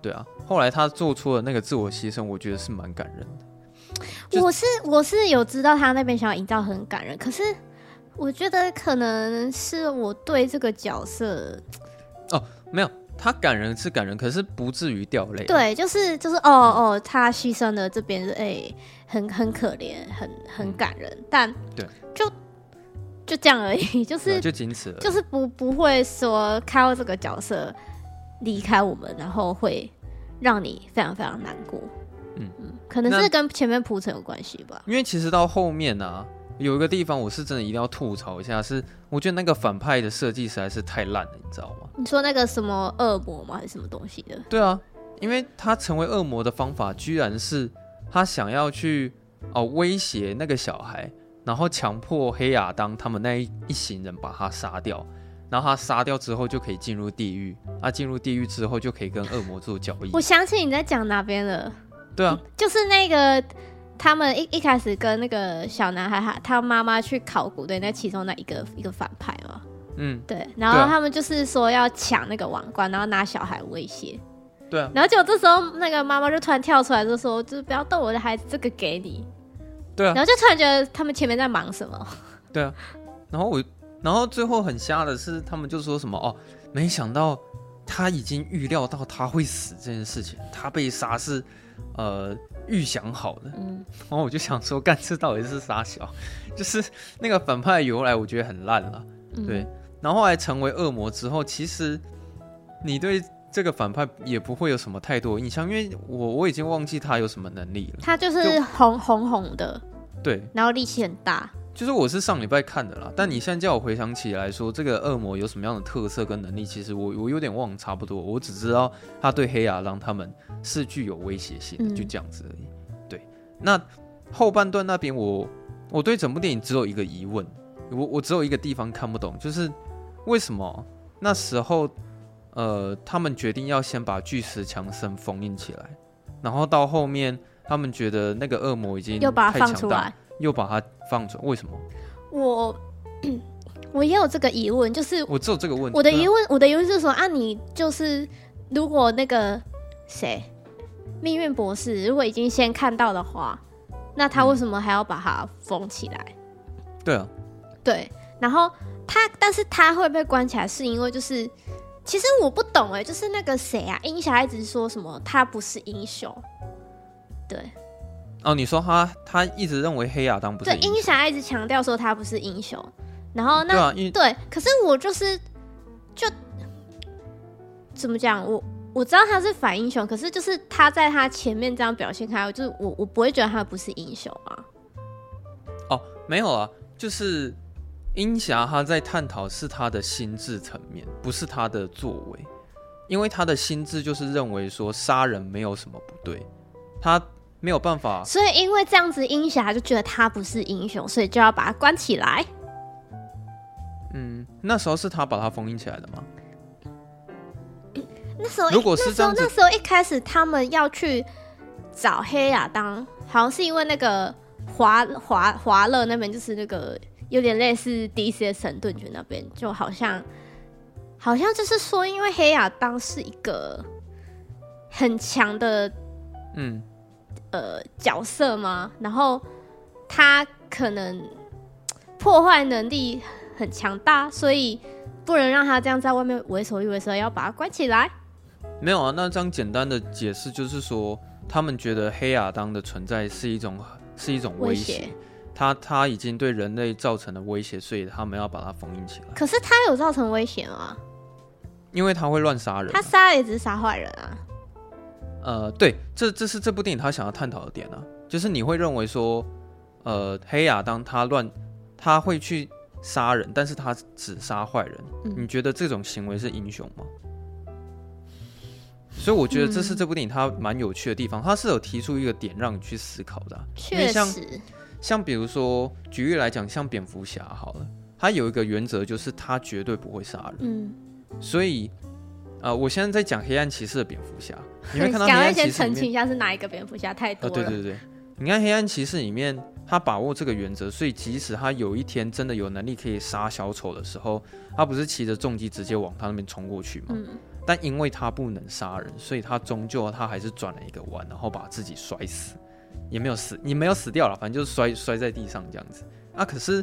Speaker 2: 对啊。后来他做出了那个自我牺牲，我觉得是蛮感人的。就
Speaker 1: 我是我是有知道他那边想要营造很感人，可是我觉得可能是我对这个角色，
Speaker 2: 没有，他感人是感人，可是不至于掉泪。，啊
Speaker 1: 对，就是就是哦哦，他牺牲了这边，哎、很很可怜，很很感人，但
Speaker 2: 对，
Speaker 1: 就就这样而已， 就是
Speaker 2: 就仅此而已。
Speaker 1: 就是不不会说看到这个角色离开我们，然后会让你非常非常难过。
Speaker 2: 嗯
Speaker 1: 嗯，可能
Speaker 2: 那
Speaker 1: 是跟前面铺陈有关系吧。
Speaker 2: 因为其实到后面啊，有一个地方我是真的一定要吐槽一下，是我觉得那个反派的设计实在是太烂了，你知道吗？
Speaker 1: 你说那个什么恶魔吗？还是什么东西的？
Speaker 2: 对啊，因为他成为恶魔的方法居然是他想要去哦威胁那个小孩，然后强迫黑亚当他们那一一行人把他杀掉，然后他杀掉之后就可以进入地狱，他、进入地狱之后就可以跟恶魔做交易
Speaker 1: 我。想起你在讲哪边了，
Speaker 2: 对啊，
Speaker 1: 就是那个他们一一开始跟那个小男孩他他妈妈去考古的那其中那一个一个反派嘛，
Speaker 2: 嗯，
Speaker 1: 对，然后
Speaker 2: 对啊
Speaker 1: 他们就是说要抢那个王冠，然后拿小孩威胁，
Speaker 2: 对啊，
Speaker 1: 然后结果这时候那个妈妈就突然跳出来就说，就是不要动我的孩子，这个给你，
Speaker 2: 对啊
Speaker 1: 然后就突然觉得他们前面在忙什么，
Speaker 2: 对啊，然后我，然后最后很瞎的是，他们就说什么哦，没想到他已经预料到他会死这件事情，他被杀是呃预想好的。
Speaker 1: 嗯，
Speaker 2: 然后我就想说，干这到底是啥小？ 就是那个反派的由来，我觉得很烂了。
Speaker 1: 嗯
Speaker 2: 对，然后后来成为恶魔之后，其实你对这个反派也不会有什么太多印象，因为我我已经忘记他有什么能力了。
Speaker 1: 他就是
Speaker 2: 就
Speaker 1: 红红红的，
Speaker 2: 对，
Speaker 1: 然后力气很大，
Speaker 2: 就是我是上礼拜看的啦，但你现在叫我回想起来说这个恶魔有什么样的特色跟能力，其实我我有点忘了差不多，我只知道他对黑亚当他们是具有威胁性的，
Speaker 1: 嗯
Speaker 2: 就这样子而已。对，那后半段那边我我对整部电影只有一个疑问，我我只有一个地方看不懂，就是为什么那时候呃他们决定要先把巨石强森封印起来，然后到后面他们觉得那个恶魔已经
Speaker 1: 又把
Speaker 2: 太
Speaker 1: 它放
Speaker 2: 强
Speaker 1: 出
Speaker 2: 大
Speaker 1: 来。
Speaker 2: 又把它放出来，为什么？
Speaker 1: 我 我也有这个疑问，就是
Speaker 2: 我只有这个问题。
Speaker 1: 我的
Speaker 2: 对啊
Speaker 1: 疑问，我的疑问是说啊，你就是如果那个谁，命运博士如果已经先看到的话，那他为什么还要把它封起来？
Speaker 2: 对啊，
Speaker 1: 对，然后他，但是他会被关起来，是因为就是。其实我不懂哎、就是那个谁啊，英侠一直说什么他不是英雄，对
Speaker 2: 哦，你说他他一直认为黑亚当不是
Speaker 1: 对，英
Speaker 2: 英雄，
Speaker 1: 侠一直强调说他不是英雄，然后那
Speaker 2: 对啊，因为
Speaker 1: 对，可是我就是就怎么讲，我我知道他是反英雄，可是就是他在他前面这样表现开，我就是我我不会觉得他不是英雄啊。
Speaker 2: 哦没有啊，就是英侠他在探讨是他的心智层面，不是他的作为，因为他的心智就是认为说杀人没有什么不对，他没有办法，
Speaker 1: 所以因为这样子，英侠就觉得他不是英雄，所以就要把他关起来。
Speaker 2: 嗯，那时候是他把他封印起来的吗？
Speaker 1: 那时候一
Speaker 2: 如果
Speaker 1: 那
Speaker 2: 是这
Speaker 1: 时候
Speaker 2: 样子
Speaker 1: 那时候一开始他们要去找黑亚当，好像是因为那个华华华勒那边就是那个有点类似 DC 的神盾局那边，就好像好像就是说，因为黑亚当是一个很强的
Speaker 2: 嗯，
Speaker 1: 呃角色嘛，然后他可能破坏能力很强大，所以不能让他这样在外面为所欲为，所以要把他关起来。
Speaker 2: 没有啊，那这样简单的解释就是说，他们觉得黑亚当的存在是一种是一种
Speaker 1: 威
Speaker 2: 威
Speaker 1: 胁
Speaker 2: 胁，他他已经对人类造成了威胁，所以他们要把它封印起来，
Speaker 1: 可是他有造成威胁吗？
Speaker 2: 因为他会乱杀人
Speaker 1: 他。杀了也只是杀坏人啊。
Speaker 2: 呃，对，这这是这部电影他想要探讨的点啊，就是你会认为说，呃，黑亚当他乱，他会去杀人，但是他只杀坏人，
Speaker 1: 嗯
Speaker 2: 你觉得这种行为是英雄吗？所以我觉得
Speaker 1: 嗯
Speaker 2: 这是这部电影它蛮有趣的地方，它是有提出一个点让你去思考的啊、因
Speaker 1: 确
Speaker 2: 为像
Speaker 1: 实，
Speaker 2: 像比如说，举例来讲，像蝙蝠侠好了，他有一个原则就是他绝对不会杀人，
Speaker 1: 嗯，
Speaker 2: 所以，呃，我现在在讲黑暗骑士的蝙蝠侠，你 会
Speaker 1: 赶
Speaker 2: 看到黑
Speaker 1: 快
Speaker 2: 暗骑
Speaker 1: 先
Speaker 2: 士里
Speaker 1: 澄
Speaker 2: 面
Speaker 1: 清一下是哪一个蝙蝠侠，太
Speaker 2: 啊、
Speaker 1: 多
Speaker 2: 对
Speaker 1: 了。
Speaker 2: 对对，你看《黑暗骑士》里面，他把握这个原则，所以即使他有一天真的有能力可以杀小丑的时候，他不是骑着重机直接往他那边冲过去吗？
Speaker 1: 嗯
Speaker 2: 但因为他不能杀人，所以他终究他还是转了一个弯，然后把自己摔死，也没有死，也没有死掉了，反正就是摔摔在地上这样子。啊，可是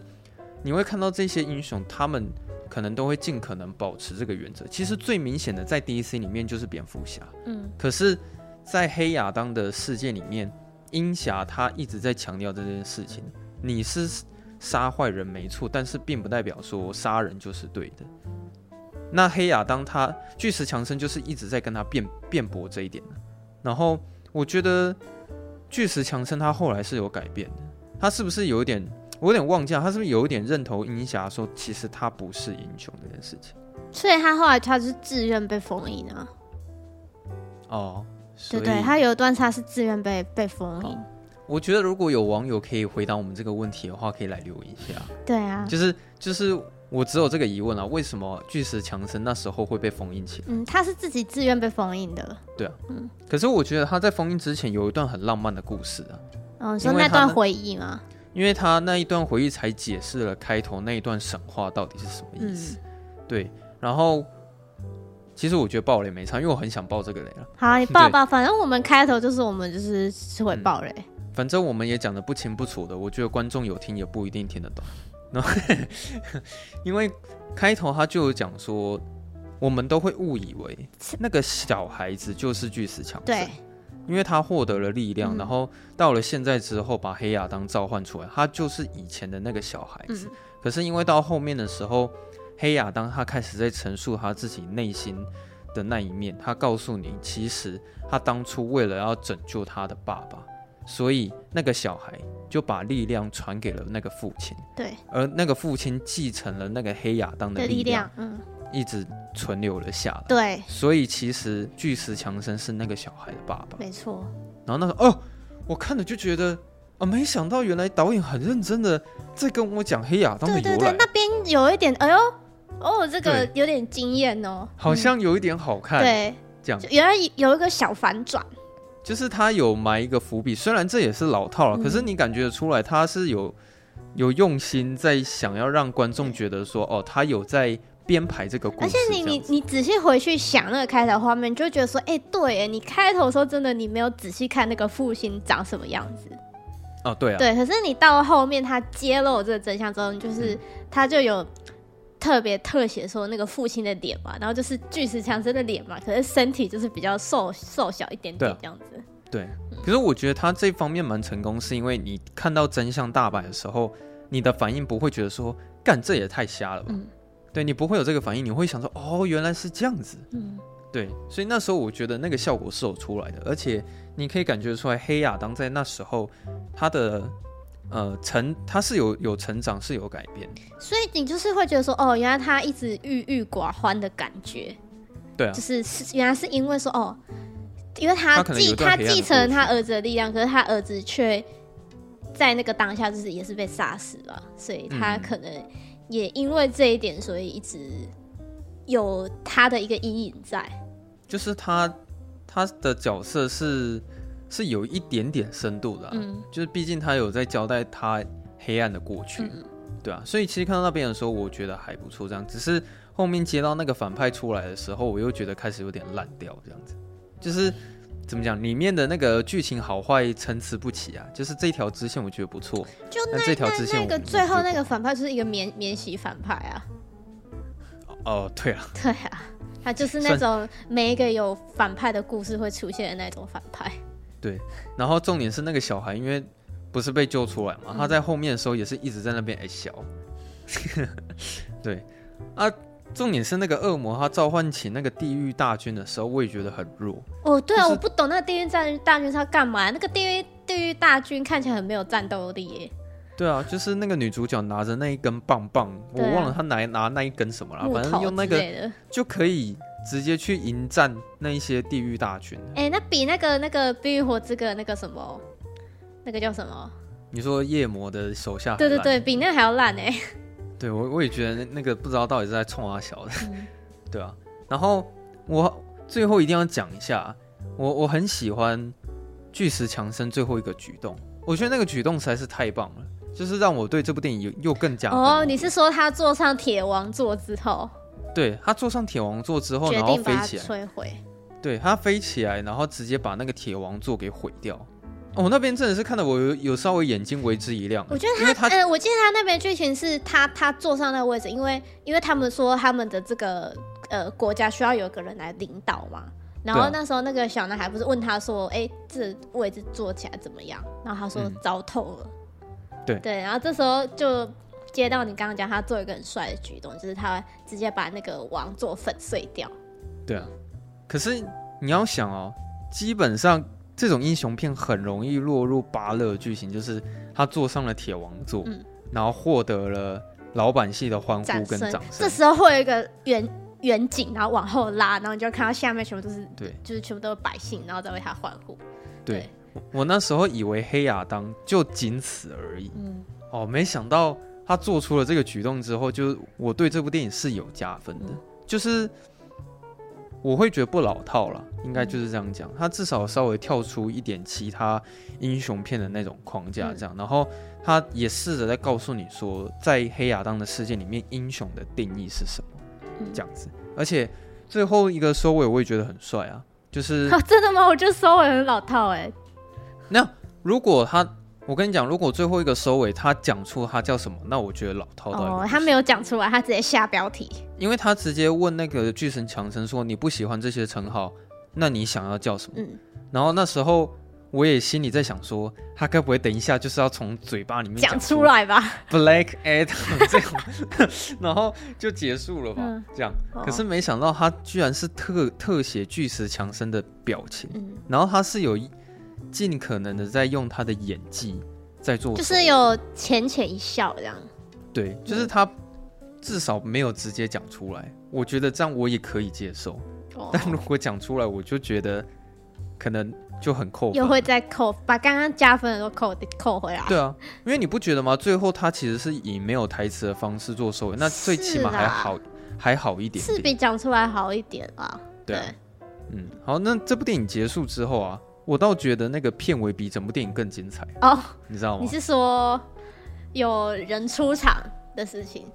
Speaker 2: 你会看到这些英雄，他们可能都会尽可能保持这个原则。其实最明显的在 DC 里面就是蝙蝠侠，
Speaker 1: 嗯，
Speaker 2: 可是，在黑亚当的世界里面，鹰侠他一直在强调这件事情：你是杀坏人没错，但是并不代表说杀人就是对的。那黑亚当他巨石强森就是一直在跟他辩辩驳这一点然后我觉得巨石强森他后来是有改变的，他是不是有一点，我有点忘记啊了，他是不是有一点认同英侠说其实他不是英雄这件事情？
Speaker 1: 所以他后来他是自愿被封印啊，
Speaker 2: 哦，
Speaker 1: 对
Speaker 2: 所
Speaker 1: 不
Speaker 2: 以
Speaker 1: 对？他有一段他是自愿被被封印，
Speaker 2: 我觉得如果有网友可以回答我们这个问题的话，可以来留言一下。
Speaker 1: 对啊，
Speaker 2: 就是就是我只有这个疑问啊，为什么巨石强森那时候会被封印起来？
Speaker 1: 嗯，他是自己自愿被封印的。
Speaker 2: 可是我觉得他在封印之前有一段很浪漫的故事啊，
Speaker 1: 嗯，你说
Speaker 2: 因为
Speaker 1: 那
Speaker 2: 他
Speaker 1: 段
Speaker 2: 们
Speaker 1: 回忆吗？
Speaker 2: 因为他那一段回忆才解释了开头那一段神话到底是什么意思。对，然后其实我觉得爆雷没差，因为我很想爆这个雷了。
Speaker 1: 好啊，你抱
Speaker 2: 对
Speaker 1: 抱，反正我们开头就是我们就是是会
Speaker 2: 嗯
Speaker 1: 爆雷，
Speaker 2: 反正我们也讲的不清不楚的，我觉得观众有听也不一定听得懂。 然后，因为开头他就有讲说，我们都会误以为那个小孩子就是巨石强森
Speaker 1: 对，，
Speaker 2: 因为他获得了力量，
Speaker 1: 嗯
Speaker 2: 然后到了现在之后把黑亚当召唤出来，他就是以前的那个小孩子。
Speaker 1: 嗯
Speaker 2: 可是因为到后面的时候，黑亚当他开始在陈述他自己内心的那一面，他告诉你，其实他当初为了要拯救他的爸爸，所以那个小孩就把力量传给了那个父亲，
Speaker 1: 对
Speaker 2: 而那个父亲继承了那个黑亚当的
Speaker 1: 的力
Speaker 2: 力量
Speaker 1: 量，，嗯，
Speaker 2: 一直存留了下来。
Speaker 1: 对，
Speaker 2: 所以其实巨石强森是那个小孩的爸爸。
Speaker 1: 没错，
Speaker 2: 然后那时候哦，我看了就觉得啊，没想到原来导演很认真的在跟我讲黑亚当的
Speaker 1: 对
Speaker 2: 由
Speaker 1: 对
Speaker 2: 来，
Speaker 1: 对，那嗯边有一点，哎呦，哦，这个
Speaker 2: 对
Speaker 1: 有点惊艳哦，
Speaker 2: 好
Speaker 1: 嗯
Speaker 2: 像有一点好看。
Speaker 1: 对，
Speaker 2: 这样
Speaker 1: 就原来有一个小反转，
Speaker 2: 就是他有埋一个伏笔，虽然这也是老套了，
Speaker 1: 嗯
Speaker 2: 可是你感觉得出来他是有有用心在想要让观众觉得说，哦，他有在编排这个故事。
Speaker 1: 而且你
Speaker 2: 这
Speaker 1: 你
Speaker 2: 样子
Speaker 1: 你仔细回去想那个开头画面，你就觉得说，哎、对耶，你开头的时候真的你没有仔细看那个父亲长什么样子，
Speaker 2: 哦，对啊，
Speaker 1: 对，可是你到后面他揭露这个真相之后，你
Speaker 2: 嗯
Speaker 1: 就是、他就有特别特写说那个父亲的脸嘛，然后就是巨石强森的脸嘛，可是身体就是比较瘦瘦小一点
Speaker 2: 对
Speaker 1: 点
Speaker 2: 啊
Speaker 1: 这样子。
Speaker 2: 对，
Speaker 1: 嗯
Speaker 2: 可是我觉得他这方面蛮成功，是因为你看到真相大白的时候，你的反应不会觉得说干这也太瞎了吧？
Speaker 1: 嗯
Speaker 2: 对你不会有这个反应，你会想说哦原来是这样子。
Speaker 1: 嗯，
Speaker 2: 对，所以那时候我觉得那个效果是有出来的，而且你可以感觉出来黑亚当在那时候他的呃成他是有有成长是有改变的。
Speaker 1: 所以你就是会觉得说，哦，原来他一直郁郁寡欢的感觉，
Speaker 2: 对啊
Speaker 1: 就，是是原来是因为说，哦，因为他
Speaker 2: 他可能有
Speaker 1: 继
Speaker 2: 一段
Speaker 1: 他
Speaker 2: 黑暗的
Speaker 1: 继承了他儿子的力量，可是他儿子却在那个当下就是也是被杀死了，所以他
Speaker 2: 嗯
Speaker 1: 可能也因为这一点，所以一直有他的一个阴影在。
Speaker 2: 啊就是他他的角色是是有一点点深度的啊、
Speaker 1: 嗯
Speaker 2: 就是毕竟他有在交代他黑暗的过去，
Speaker 1: 嗯
Speaker 2: 对啊，所以其实看到那边的时候，我觉得还不错，这样。只是后面接到那个反派出来的时候，我又觉得开始有点烂掉，这样子，就是怎么讲，里面的那个剧情好坏参差不齐啊，就是这条支线我觉得不错，
Speaker 1: 就
Speaker 2: 那这条支线
Speaker 1: 那
Speaker 2: 我
Speaker 1: 个
Speaker 2: 们就
Speaker 1: 最后
Speaker 2: 不
Speaker 1: 那个反派就是一个免免洗反派啊，
Speaker 2: 哦，对啊，
Speaker 1: 对啊，他就是那种每一个有反派的故事会出现的那种反派。
Speaker 2: 然后重点是那个小孩，因为不是被救出来嘛，
Speaker 1: 嗯
Speaker 2: 他在后面的时候也是一直在那边哎笑。 对啊，重点是那个恶魔他召唤起那个地狱大军的时候，我也觉得很弱。
Speaker 1: 哦，对啊，
Speaker 2: 就是
Speaker 1: 我不懂那个地狱战大军是要干嘛？那个地狱地狱大军看起来很没有战斗力耶，
Speaker 2: 对啊，就是那个女主角拿着那一根棒棒，我
Speaker 1: 对啊
Speaker 2: 忘了她拿拿那一根什么了，
Speaker 1: 木
Speaker 2: 反正
Speaker 1: 头
Speaker 2: 用那
Speaker 1: 之
Speaker 2: 个
Speaker 1: 类的。
Speaker 2: 就可以直接去迎战那一些地狱大军。
Speaker 1: 哎、那比那个那个《冰与火之歌》那个什么，那个叫什么？
Speaker 2: 你说夜魔的手下，
Speaker 1: 对对对，，比那还要烂哎。
Speaker 2: 对我我也觉得那那个不知道到底是在冲啊小的，
Speaker 1: 嗯
Speaker 2: 对啊。然后我最后一定要讲一下，我我很喜欢巨石强森最后一个举动，我觉得那个举动实在是太棒了，就是让我对这部电影又又更加
Speaker 1: 哦，你是说他坐上铁王座之后，
Speaker 2: 对他坐上铁王座之后，
Speaker 1: 决
Speaker 2: 然后
Speaker 1: 定把
Speaker 2: 飞
Speaker 1: 它
Speaker 2: 起来，
Speaker 1: 摧毁？
Speaker 2: 对他飞起来，然后直接把那个铁王座给毁掉。哦，那边真的是看得我有有稍微眼睛为之一亮，
Speaker 1: 我觉
Speaker 2: 因
Speaker 1: 得
Speaker 2: 为
Speaker 1: 他，
Speaker 2: 他
Speaker 1: 呃，我记得他那边剧情是他他坐上那个位置，因为因为他们说他们的这个呃国家需要有一个人来领导嘛。然后
Speaker 2: 对啊
Speaker 1: 那时候那个小男孩不是问他说：“哎、这位置坐起来怎么样？”然后他说
Speaker 2: 嗯：“
Speaker 1: 糟透了。
Speaker 2: 对
Speaker 1: 对，然后这时候就接到你刚刚讲他做一个很帅的举动，就是他直接把那个王座粉碎掉。
Speaker 2: 对啊，可是你要想哦，基本上这种英雄片很容易落入芭乐剧情，就是他坐上了铁王座，
Speaker 1: 嗯
Speaker 2: 然后获得了老百姓的欢呼
Speaker 1: 掌
Speaker 2: 跟
Speaker 1: 声
Speaker 2: 掌，
Speaker 1: 这
Speaker 2: 声。
Speaker 1: 时候会有一个远远景，然后往后拉，然后你就看到下面全部都是
Speaker 2: 对
Speaker 1: 就是全部都是百姓，然后在为他欢呼。
Speaker 2: 对，我我那时候以为黑亚当就仅此而已，
Speaker 1: 嗯，
Speaker 2: 哦，没想到他做出了这个举动之后，就是我对这部电影是有加分的，
Speaker 1: 嗯
Speaker 2: 就是我会觉得不老套了，应该就是这样讲。他至少稍微跳出一点其他英雄片的那种框架，
Speaker 1: 嗯
Speaker 2: 这样，然后他也试着在告诉你说，在黑亚当的世界里面，英雄的定义是什么，
Speaker 1: 嗯
Speaker 2: 这样子。而且最后一个收尾，我也觉得很帅啊，就是
Speaker 1: 哦，真的吗？我就收尾很老套哎、
Speaker 2: 那如果他。我跟你讲，如果最后一个收尾他讲出他叫什么，那我觉得老套到一个
Speaker 1: 哦
Speaker 2: 不，
Speaker 1: 他
Speaker 2: 行
Speaker 1: 没有讲出来，他直接下标题。
Speaker 2: 因为他直接问那个巨神强森说：“你不喜欢这些称号，那你想要叫什么
Speaker 1: 嗯，？”
Speaker 2: 然后那时候我也心里在想说，他该不会等一下就是要从嘴巴里面
Speaker 1: 讲
Speaker 2: 出
Speaker 1: 出来吧。
Speaker 2: Black Adam 这种， 然后就结束了吧？
Speaker 1: 嗯
Speaker 2: 这样。
Speaker 1: 哦
Speaker 2: 可是，没想到他居然是特特写巨石强森的表情，
Speaker 1: 嗯，
Speaker 2: 然后他是有尽可能的在用他的演技在做手
Speaker 1: 就
Speaker 2: 语，
Speaker 1: 是有浅浅一笑这样。
Speaker 2: 对，就是他至少没有直接讲出来，我觉得这样我也可以接受。
Speaker 1: 哦，
Speaker 2: 但如果讲出来，我就觉得可能就很扣
Speaker 1: 又
Speaker 2: 分。
Speaker 1: 会再扣，把刚刚加分的都扣扣回来。
Speaker 2: 对啊，因为你不觉得吗？最后他其实是以没有台词的方式做收尾，那最起码
Speaker 1: 是
Speaker 2: 还
Speaker 1: 啦
Speaker 2: 好，还好一点
Speaker 1: 是
Speaker 2: 点。
Speaker 1: 比讲出来好一点啊。
Speaker 2: 对啊嗯，好，那这部电影结束之后啊，我倒觉得那个片尾比整部电影更精彩，
Speaker 1: 哦，
Speaker 2: 你知道吗
Speaker 1: 你？是说有人出场的事情？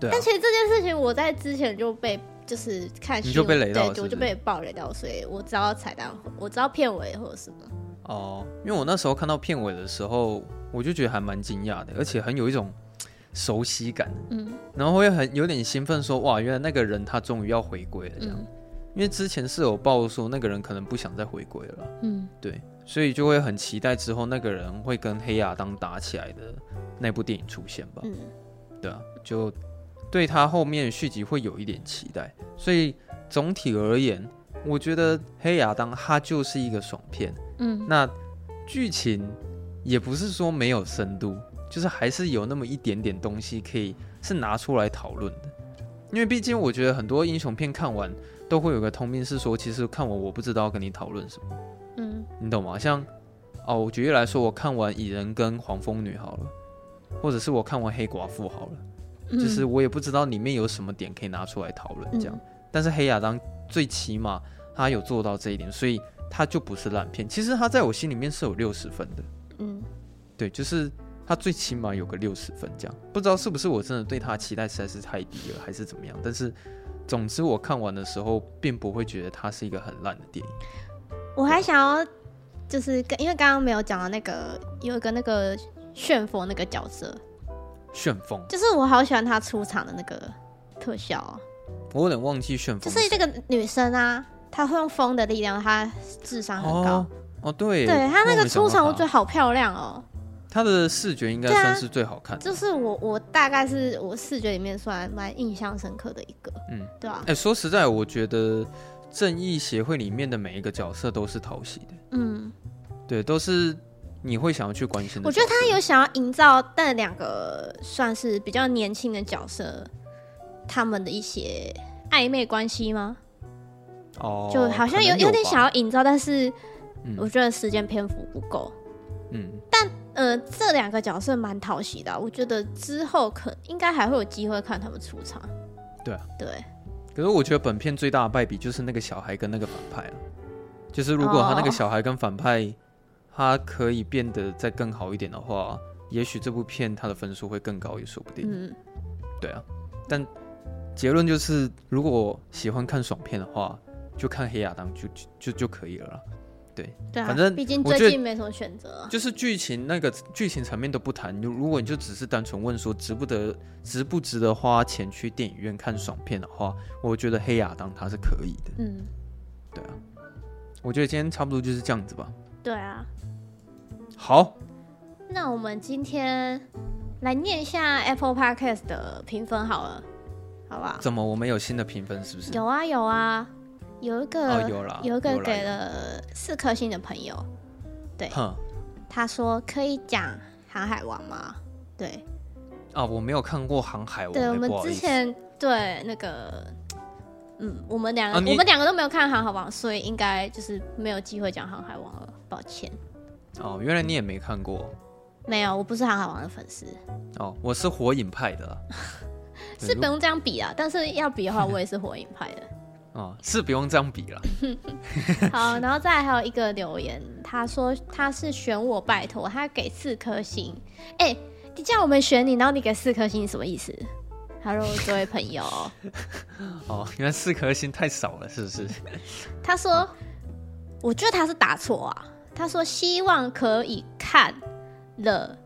Speaker 2: 对啊
Speaker 1: 但，其实这件事情我在之前就被就是看
Speaker 2: 你
Speaker 1: 新闻
Speaker 2: 就被雷到
Speaker 1: 对，
Speaker 2: 了是不是
Speaker 1: 我就被爆雷到，所以我知道彩蛋，我知道片尾或者什么。
Speaker 2: 哦，因为我那时候看到片尾的时候，我就觉得还蛮惊讶的，而且很有一种熟悉感，
Speaker 1: 嗯，
Speaker 2: 然后会很有点兴奋说，哇，原来那个人他终于要回归了这样。
Speaker 1: 嗯
Speaker 2: 因为之前是有报说那个人可能不想再回归了，
Speaker 1: 嗯，
Speaker 2: 对，所以就会很期待之后那个人会跟黑亚当打起来的那部电影出现吧。
Speaker 1: 嗯
Speaker 2: 对啊，就对他后面续集会有一点期待。所以总体而言，我觉得黑亚当它就是一个爽片，
Speaker 1: 嗯，
Speaker 2: 那剧情也不是说没有深度，就是还是有那么一点点东西可以是拿出来讨论的。因为毕竟我觉得很多英雄片看完都会有个通病是说，其实看完我不知道要跟你讨论什么，
Speaker 1: 嗯，
Speaker 2: 你懂吗？像哦，我举例来说，我看完蚁人跟黄蜂女好了，或者是我看完黑寡妇好了，
Speaker 1: 嗯
Speaker 2: 就是我也不知道里面有什么点可以拿出来讨论这样。但是黑亚当最起码他有做到这一点，所以他就不是烂片。其实他在我心里面是有六十分的，
Speaker 1: 嗯，
Speaker 2: 对，就是他最起码有个六十分这样。不知道是不是我真的对他期待实在是太低了，还是怎么样？但是总之我看完的时候，并不会觉得它是一个很烂的电影。
Speaker 1: 我还想要就是跟，因为刚刚没有讲到那个有一个那个旋风那个角色，
Speaker 2: 旋风，
Speaker 1: 就是我好喜欢他出场的那个特效、哦。
Speaker 2: 我有点忘记旋
Speaker 1: 就
Speaker 2: 风
Speaker 1: 是这个女生啊，她会用风的力量，她智商很高。
Speaker 2: 哦哦，对，
Speaker 1: 对她那
Speaker 2: 我
Speaker 1: 个
Speaker 2: 没想
Speaker 1: 出
Speaker 2: 到
Speaker 1: 场，我
Speaker 2: 他
Speaker 1: 觉得好漂亮哦。
Speaker 2: 他的视觉应该
Speaker 1: 对啊
Speaker 2: 算是最好看的。
Speaker 1: 就是我，我大概是我视觉里面算蛮印象深刻的一个，
Speaker 2: 嗯，
Speaker 1: 对啊
Speaker 2: 哎、，说实在，我觉得正义协会里面的每一个角色都是讨喜的。
Speaker 1: 嗯，
Speaker 2: 对，都是你会想要去关心的角色。
Speaker 1: 我觉得她有想要营造但两个算是比较年轻的角色，他们的一些暧昧关系吗？
Speaker 2: 哦，
Speaker 1: 就好像有
Speaker 2: 可能有
Speaker 1: 点
Speaker 2: 吧
Speaker 1: 想要营造，但是
Speaker 2: 嗯
Speaker 1: 我觉得时间篇幅不够。
Speaker 2: 嗯，
Speaker 1: 呃，这两个角色蛮讨喜的啊、我觉得之后可应该还会有机会看他们出场。
Speaker 2: 对啊，
Speaker 1: 对，
Speaker 2: 可是我觉得本片最大的败笔就是那个小孩跟那个反派了。啊就是如果他那个
Speaker 1: 哦
Speaker 2: 小孩跟反派，他可以变得再更好一点的话，也许这部片它的分数会更高也说不定。
Speaker 1: 嗯，
Speaker 2: 对啊，但结论就是，如果喜欢看爽片的话，就看黑亚当就就就就可以了啦。
Speaker 1: 对啊，
Speaker 2: 反正
Speaker 1: 毕竟
Speaker 2: 我
Speaker 1: 最
Speaker 2: 觉得
Speaker 1: 近没什么选择啊。
Speaker 2: 就是剧情那个剧情层面都不谈，你就如果你就只是单纯问说值不得值不值得花钱去电影院看爽片的话，我觉得黑亚当它是可以的，
Speaker 1: 嗯，
Speaker 2: 对啊，我觉得今天差不多就是这样子吧。
Speaker 1: 对啊。
Speaker 2: 好，
Speaker 1: 那我们今天来念一下 Apple Podcast 的评分好了，好不好？
Speaker 2: 怎么我们有新的评分是不是？
Speaker 1: 有啊有啊，有一个、
Speaker 2: 哦有啦
Speaker 1: 一
Speaker 2: 有
Speaker 1: 个
Speaker 2: 啦
Speaker 1: 给
Speaker 2: 有
Speaker 1: 了四颗星的朋友，对，
Speaker 2: 哼
Speaker 1: 他说可以讲《航海王》吗？对，
Speaker 2: 啊，我没有看过《航海王》
Speaker 1: 对，
Speaker 2: 欸，
Speaker 1: 我们
Speaker 2: 不好意
Speaker 1: 之
Speaker 2: 思
Speaker 1: 前对那个，嗯，我们两个、
Speaker 2: 啊你
Speaker 1: 我们两个都没有看《航海王》，所以应该就是没有机会讲《航海王》了，抱歉。
Speaker 2: 哦，原来你也没看过
Speaker 1: 没有，我不是航海王的粉丝，，
Speaker 2: 哦，我是火影派的啊啦
Speaker 1: 是不用这样比啊。但是要比的话，我也是火影派的。
Speaker 2: 哦，是不用这样比啦。
Speaker 1: 好，然后再来还有一个留言，他说他是选我，拜托，他给四颗星。哎、你叫我们选你，然后你给四颗星，什么意思？Hello，这位朋友，
Speaker 2: 哦，原来四颗星太少了，是不是？
Speaker 1: 他说，我觉得他是打错啊。他说希望可以看了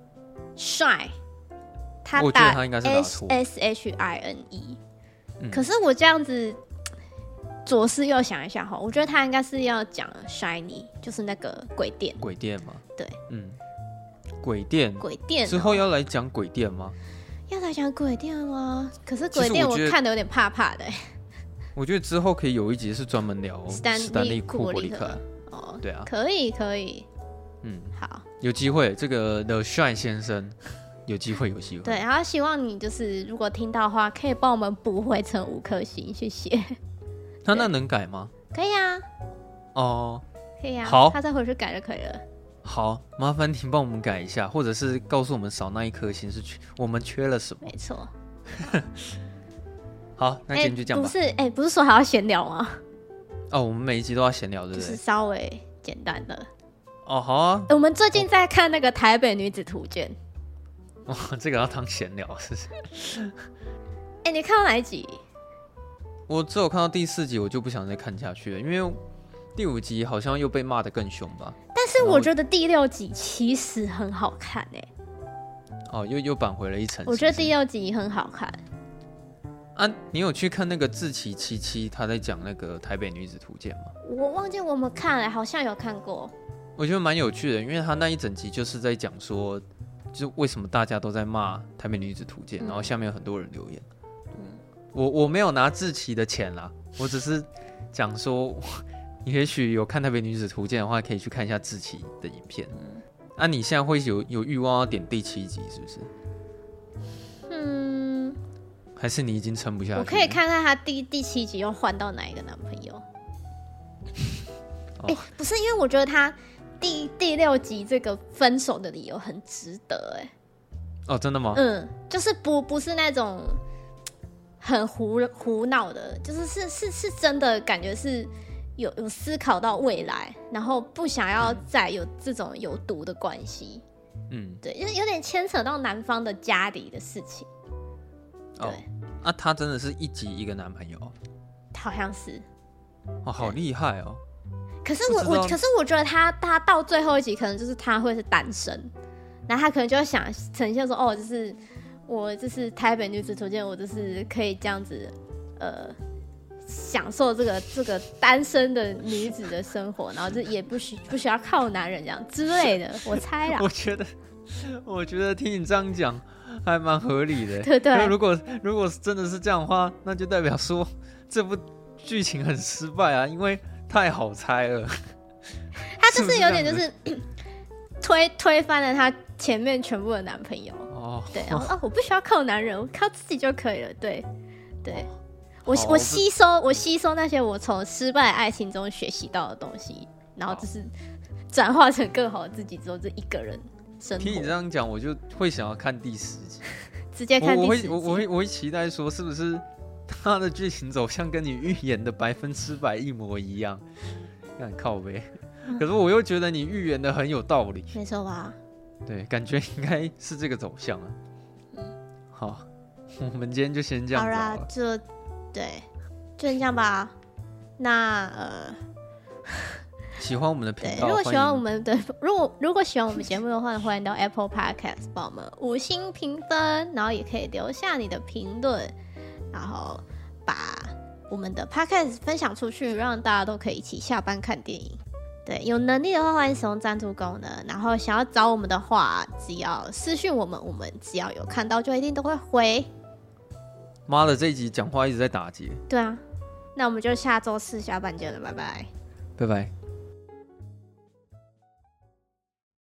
Speaker 1: shine，他
Speaker 2: 我觉得
Speaker 1: 打
Speaker 2: 他应该是打
Speaker 1: S
Speaker 2: 错
Speaker 1: S H I N E，、
Speaker 2: 嗯
Speaker 1: 可是我这样子左思右想一下哈，我觉得他应该是要讲 shiny，就是那个鬼店。
Speaker 2: 鬼店吗？
Speaker 1: 对，
Speaker 2: 嗯，鬼店
Speaker 1: 鬼店、哦
Speaker 2: 之后要来讲鬼店吗？
Speaker 1: 要来讲鬼店吗？可是
Speaker 2: 其实
Speaker 1: 鬼店
Speaker 2: 我
Speaker 1: 我
Speaker 2: 觉得
Speaker 1: 看的有点怕怕的、欸
Speaker 2: 我觉得之后可以有一集是专门聊哦
Speaker 1: 史
Speaker 2: 史
Speaker 1: 丹利
Speaker 2: 丹利
Speaker 1: 库伯
Speaker 2: 伯
Speaker 1: 利
Speaker 2: 里
Speaker 1: 克
Speaker 2: 克，
Speaker 1: 哦，
Speaker 2: 对啊，
Speaker 1: 可以可以，
Speaker 2: 嗯，
Speaker 1: 好，
Speaker 2: 有机会，这个 The Shine 先生 有机会，有机会。
Speaker 1: 对，然后希望你就是如果听到的话，可以帮我们补回成五颗星，谢 谢。
Speaker 2: 他那能改吗？
Speaker 1: 可以啊，
Speaker 2: 哦，
Speaker 1: 可以啊，
Speaker 2: 好
Speaker 1: 他再回去改就可以了。
Speaker 2: 好，麻烦你帮我们改一下，或者是告诉我们少那一颗星是缺我们缺了什么
Speaker 1: 没。错，
Speaker 2: 好，那今天就这样
Speaker 1: 不
Speaker 2: 吧。
Speaker 1: 是，哎、不是说还要闲聊吗？
Speaker 2: 哦，我们每一集都要闲聊，对
Speaker 1: 就
Speaker 2: 不
Speaker 1: 是
Speaker 2: 对？
Speaker 1: 稍微简单的。
Speaker 2: 哦，好 啊，
Speaker 1: 我们最近在看那个《台北女子图鉴》
Speaker 2: 哇，这个要当闲聊，是不是？
Speaker 1: 哎、你看到哪一集？
Speaker 2: 我只有看到第四集，我就不想再看下去了，因为第五集好像又被骂得更凶吧？
Speaker 1: 但是我觉得第六集其实很好看哎、
Speaker 2: 哦，又又扳回了一城。
Speaker 1: 我觉得
Speaker 2: 是不
Speaker 1: 第
Speaker 2: 是
Speaker 1: 六集很好看。
Speaker 2: 啊，你有去看那个志崎七七他在讲那个台北女子图鉴吗？
Speaker 1: 我忘记我们看了，好像有看过。
Speaker 2: 我觉得蛮有趣的，因为他那一整集就是在讲说，就是为什么大家都在骂《台北女子图鉴》
Speaker 1: 嗯
Speaker 2: 然后下面有很多人留言。我我没有拿志奇的钱啦，我只是讲说， 你也许有看《台北女子图鉴》的话，可以去看一下志奇的影片。
Speaker 1: 嗯
Speaker 2: 那、你现在会有有欲望要点第七集是不是？
Speaker 1: 嗯，
Speaker 2: 还是你已经撑不下去了？
Speaker 1: 我可以看看他第第七集又换到哪一个男朋友。
Speaker 2: 哦
Speaker 1: 哎、不是，因为我觉得他第第六集这个分手的理由很值得、哎、
Speaker 2: 哦，真的吗？
Speaker 1: 嗯，就是不不是那种很胡胡闹的，就是是是是真的感觉是有有思考到未来，然后不想要再有这种有毒的关系，
Speaker 2: 嗯，
Speaker 1: 对，就是有点牵扯到男方的家里的事情，对，
Speaker 2: 哦，那、他真的是一集一个男朋友哦
Speaker 1: 好像是。
Speaker 2: 哦，好厉害哦！
Speaker 1: 可是
Speaker 2: 不
Speaker 1: 我
Speaker 2: 知
Speaker 1: 我
Speaker 2: 道
Speaker 1: 可是我觉得他他到最后一集可能就是他会是单身，然后他可能就会想呈现说哦，就是我就是台北女子图鉴，我就是可以这样子呃享受这个这个单身的女子的生活，然后就也不需不需要靠男人这样之类 的，我猜啦
Speaker 2: 我。觉得，我觉得听你这样讲还蛮合理的。
Speaker 1: 对不对
Speaker 2: 因为如果如果真的是这样的话，那就代表说这部剧情很失败啊，因为太好猜了。
Speaker 1: 他就是
Speaker 2: 不是
Speaker 1: 有点
Speaker 2: 这
Speaker 1: 就
Speaker 2: 样
Speaker 1: 是推推翻了他前面全部的男朋友。
Speaker 2: 哦，
Speaker 1: 对，然后哦，我不需要靠男人，我靠自己就可以了。对，对，我我
Speaker 2: 好哦我不
Speaker 1: 吸收我吸收那些我从失败的爱情中学习到的东西，然后就是转化成更好的自己之后，就一个人生
Speaker 2: 听你这
Speaker 1: 活，
Speaker 2: 样讲，我就会想要看第十集。
Speaker 1: 直接
Speaker 2: 我
Speaker 1: 看
Speaker 2: 我
Speaker 1: 第十
Speaker 2: 会
Speaker 1: 集。
Speaker 2: 我我会我会期待说，是不是它的剧情走向跟你预言的百分之百一模一样？很靠背，
Speaker 1: 嗯
Speaker 2: 可是我又觉得你预言的很有道理。
Speaker 1: 没错吧？
Speaker 2: 对，感觉应该是这个走向啊。好，我们今天就先这
Speaker 1: 嗯
Speaker 2: 样
Speaker 1: 好
Speaker 2: 子好
Speaker 1: 啦
Speaker 2: 了，。
Speaker 1: 就对，就这样吧。那呃，
Speaker 2: 喜欢我们的频
Speaker 1: 对，
Speaker 2: 道，
Speaker 1: 如果
Speaker 2: 欢
Speaker 1: 喜欢
Speaker 2: 迎
Speaker 1: 我们的，如果如果喜欢我们节目的话，欢迎到 Apple Podcast 帮我们五星评分，然后也可以留下你的评论，然后把我们的 Podcast 分享出去，让大家都可以一起下班看电影。对，有能力的话欢迎使用赞助功能，然后想要找我们的话，只要私讯我们，我们只要有看到就一定都会回。
Speaker 2: 妈的这一集讲话一直在打结，
Speaker 1: 对啊，那我们就下周四下班见了，拜拜。
Speaker 2: 拜拜。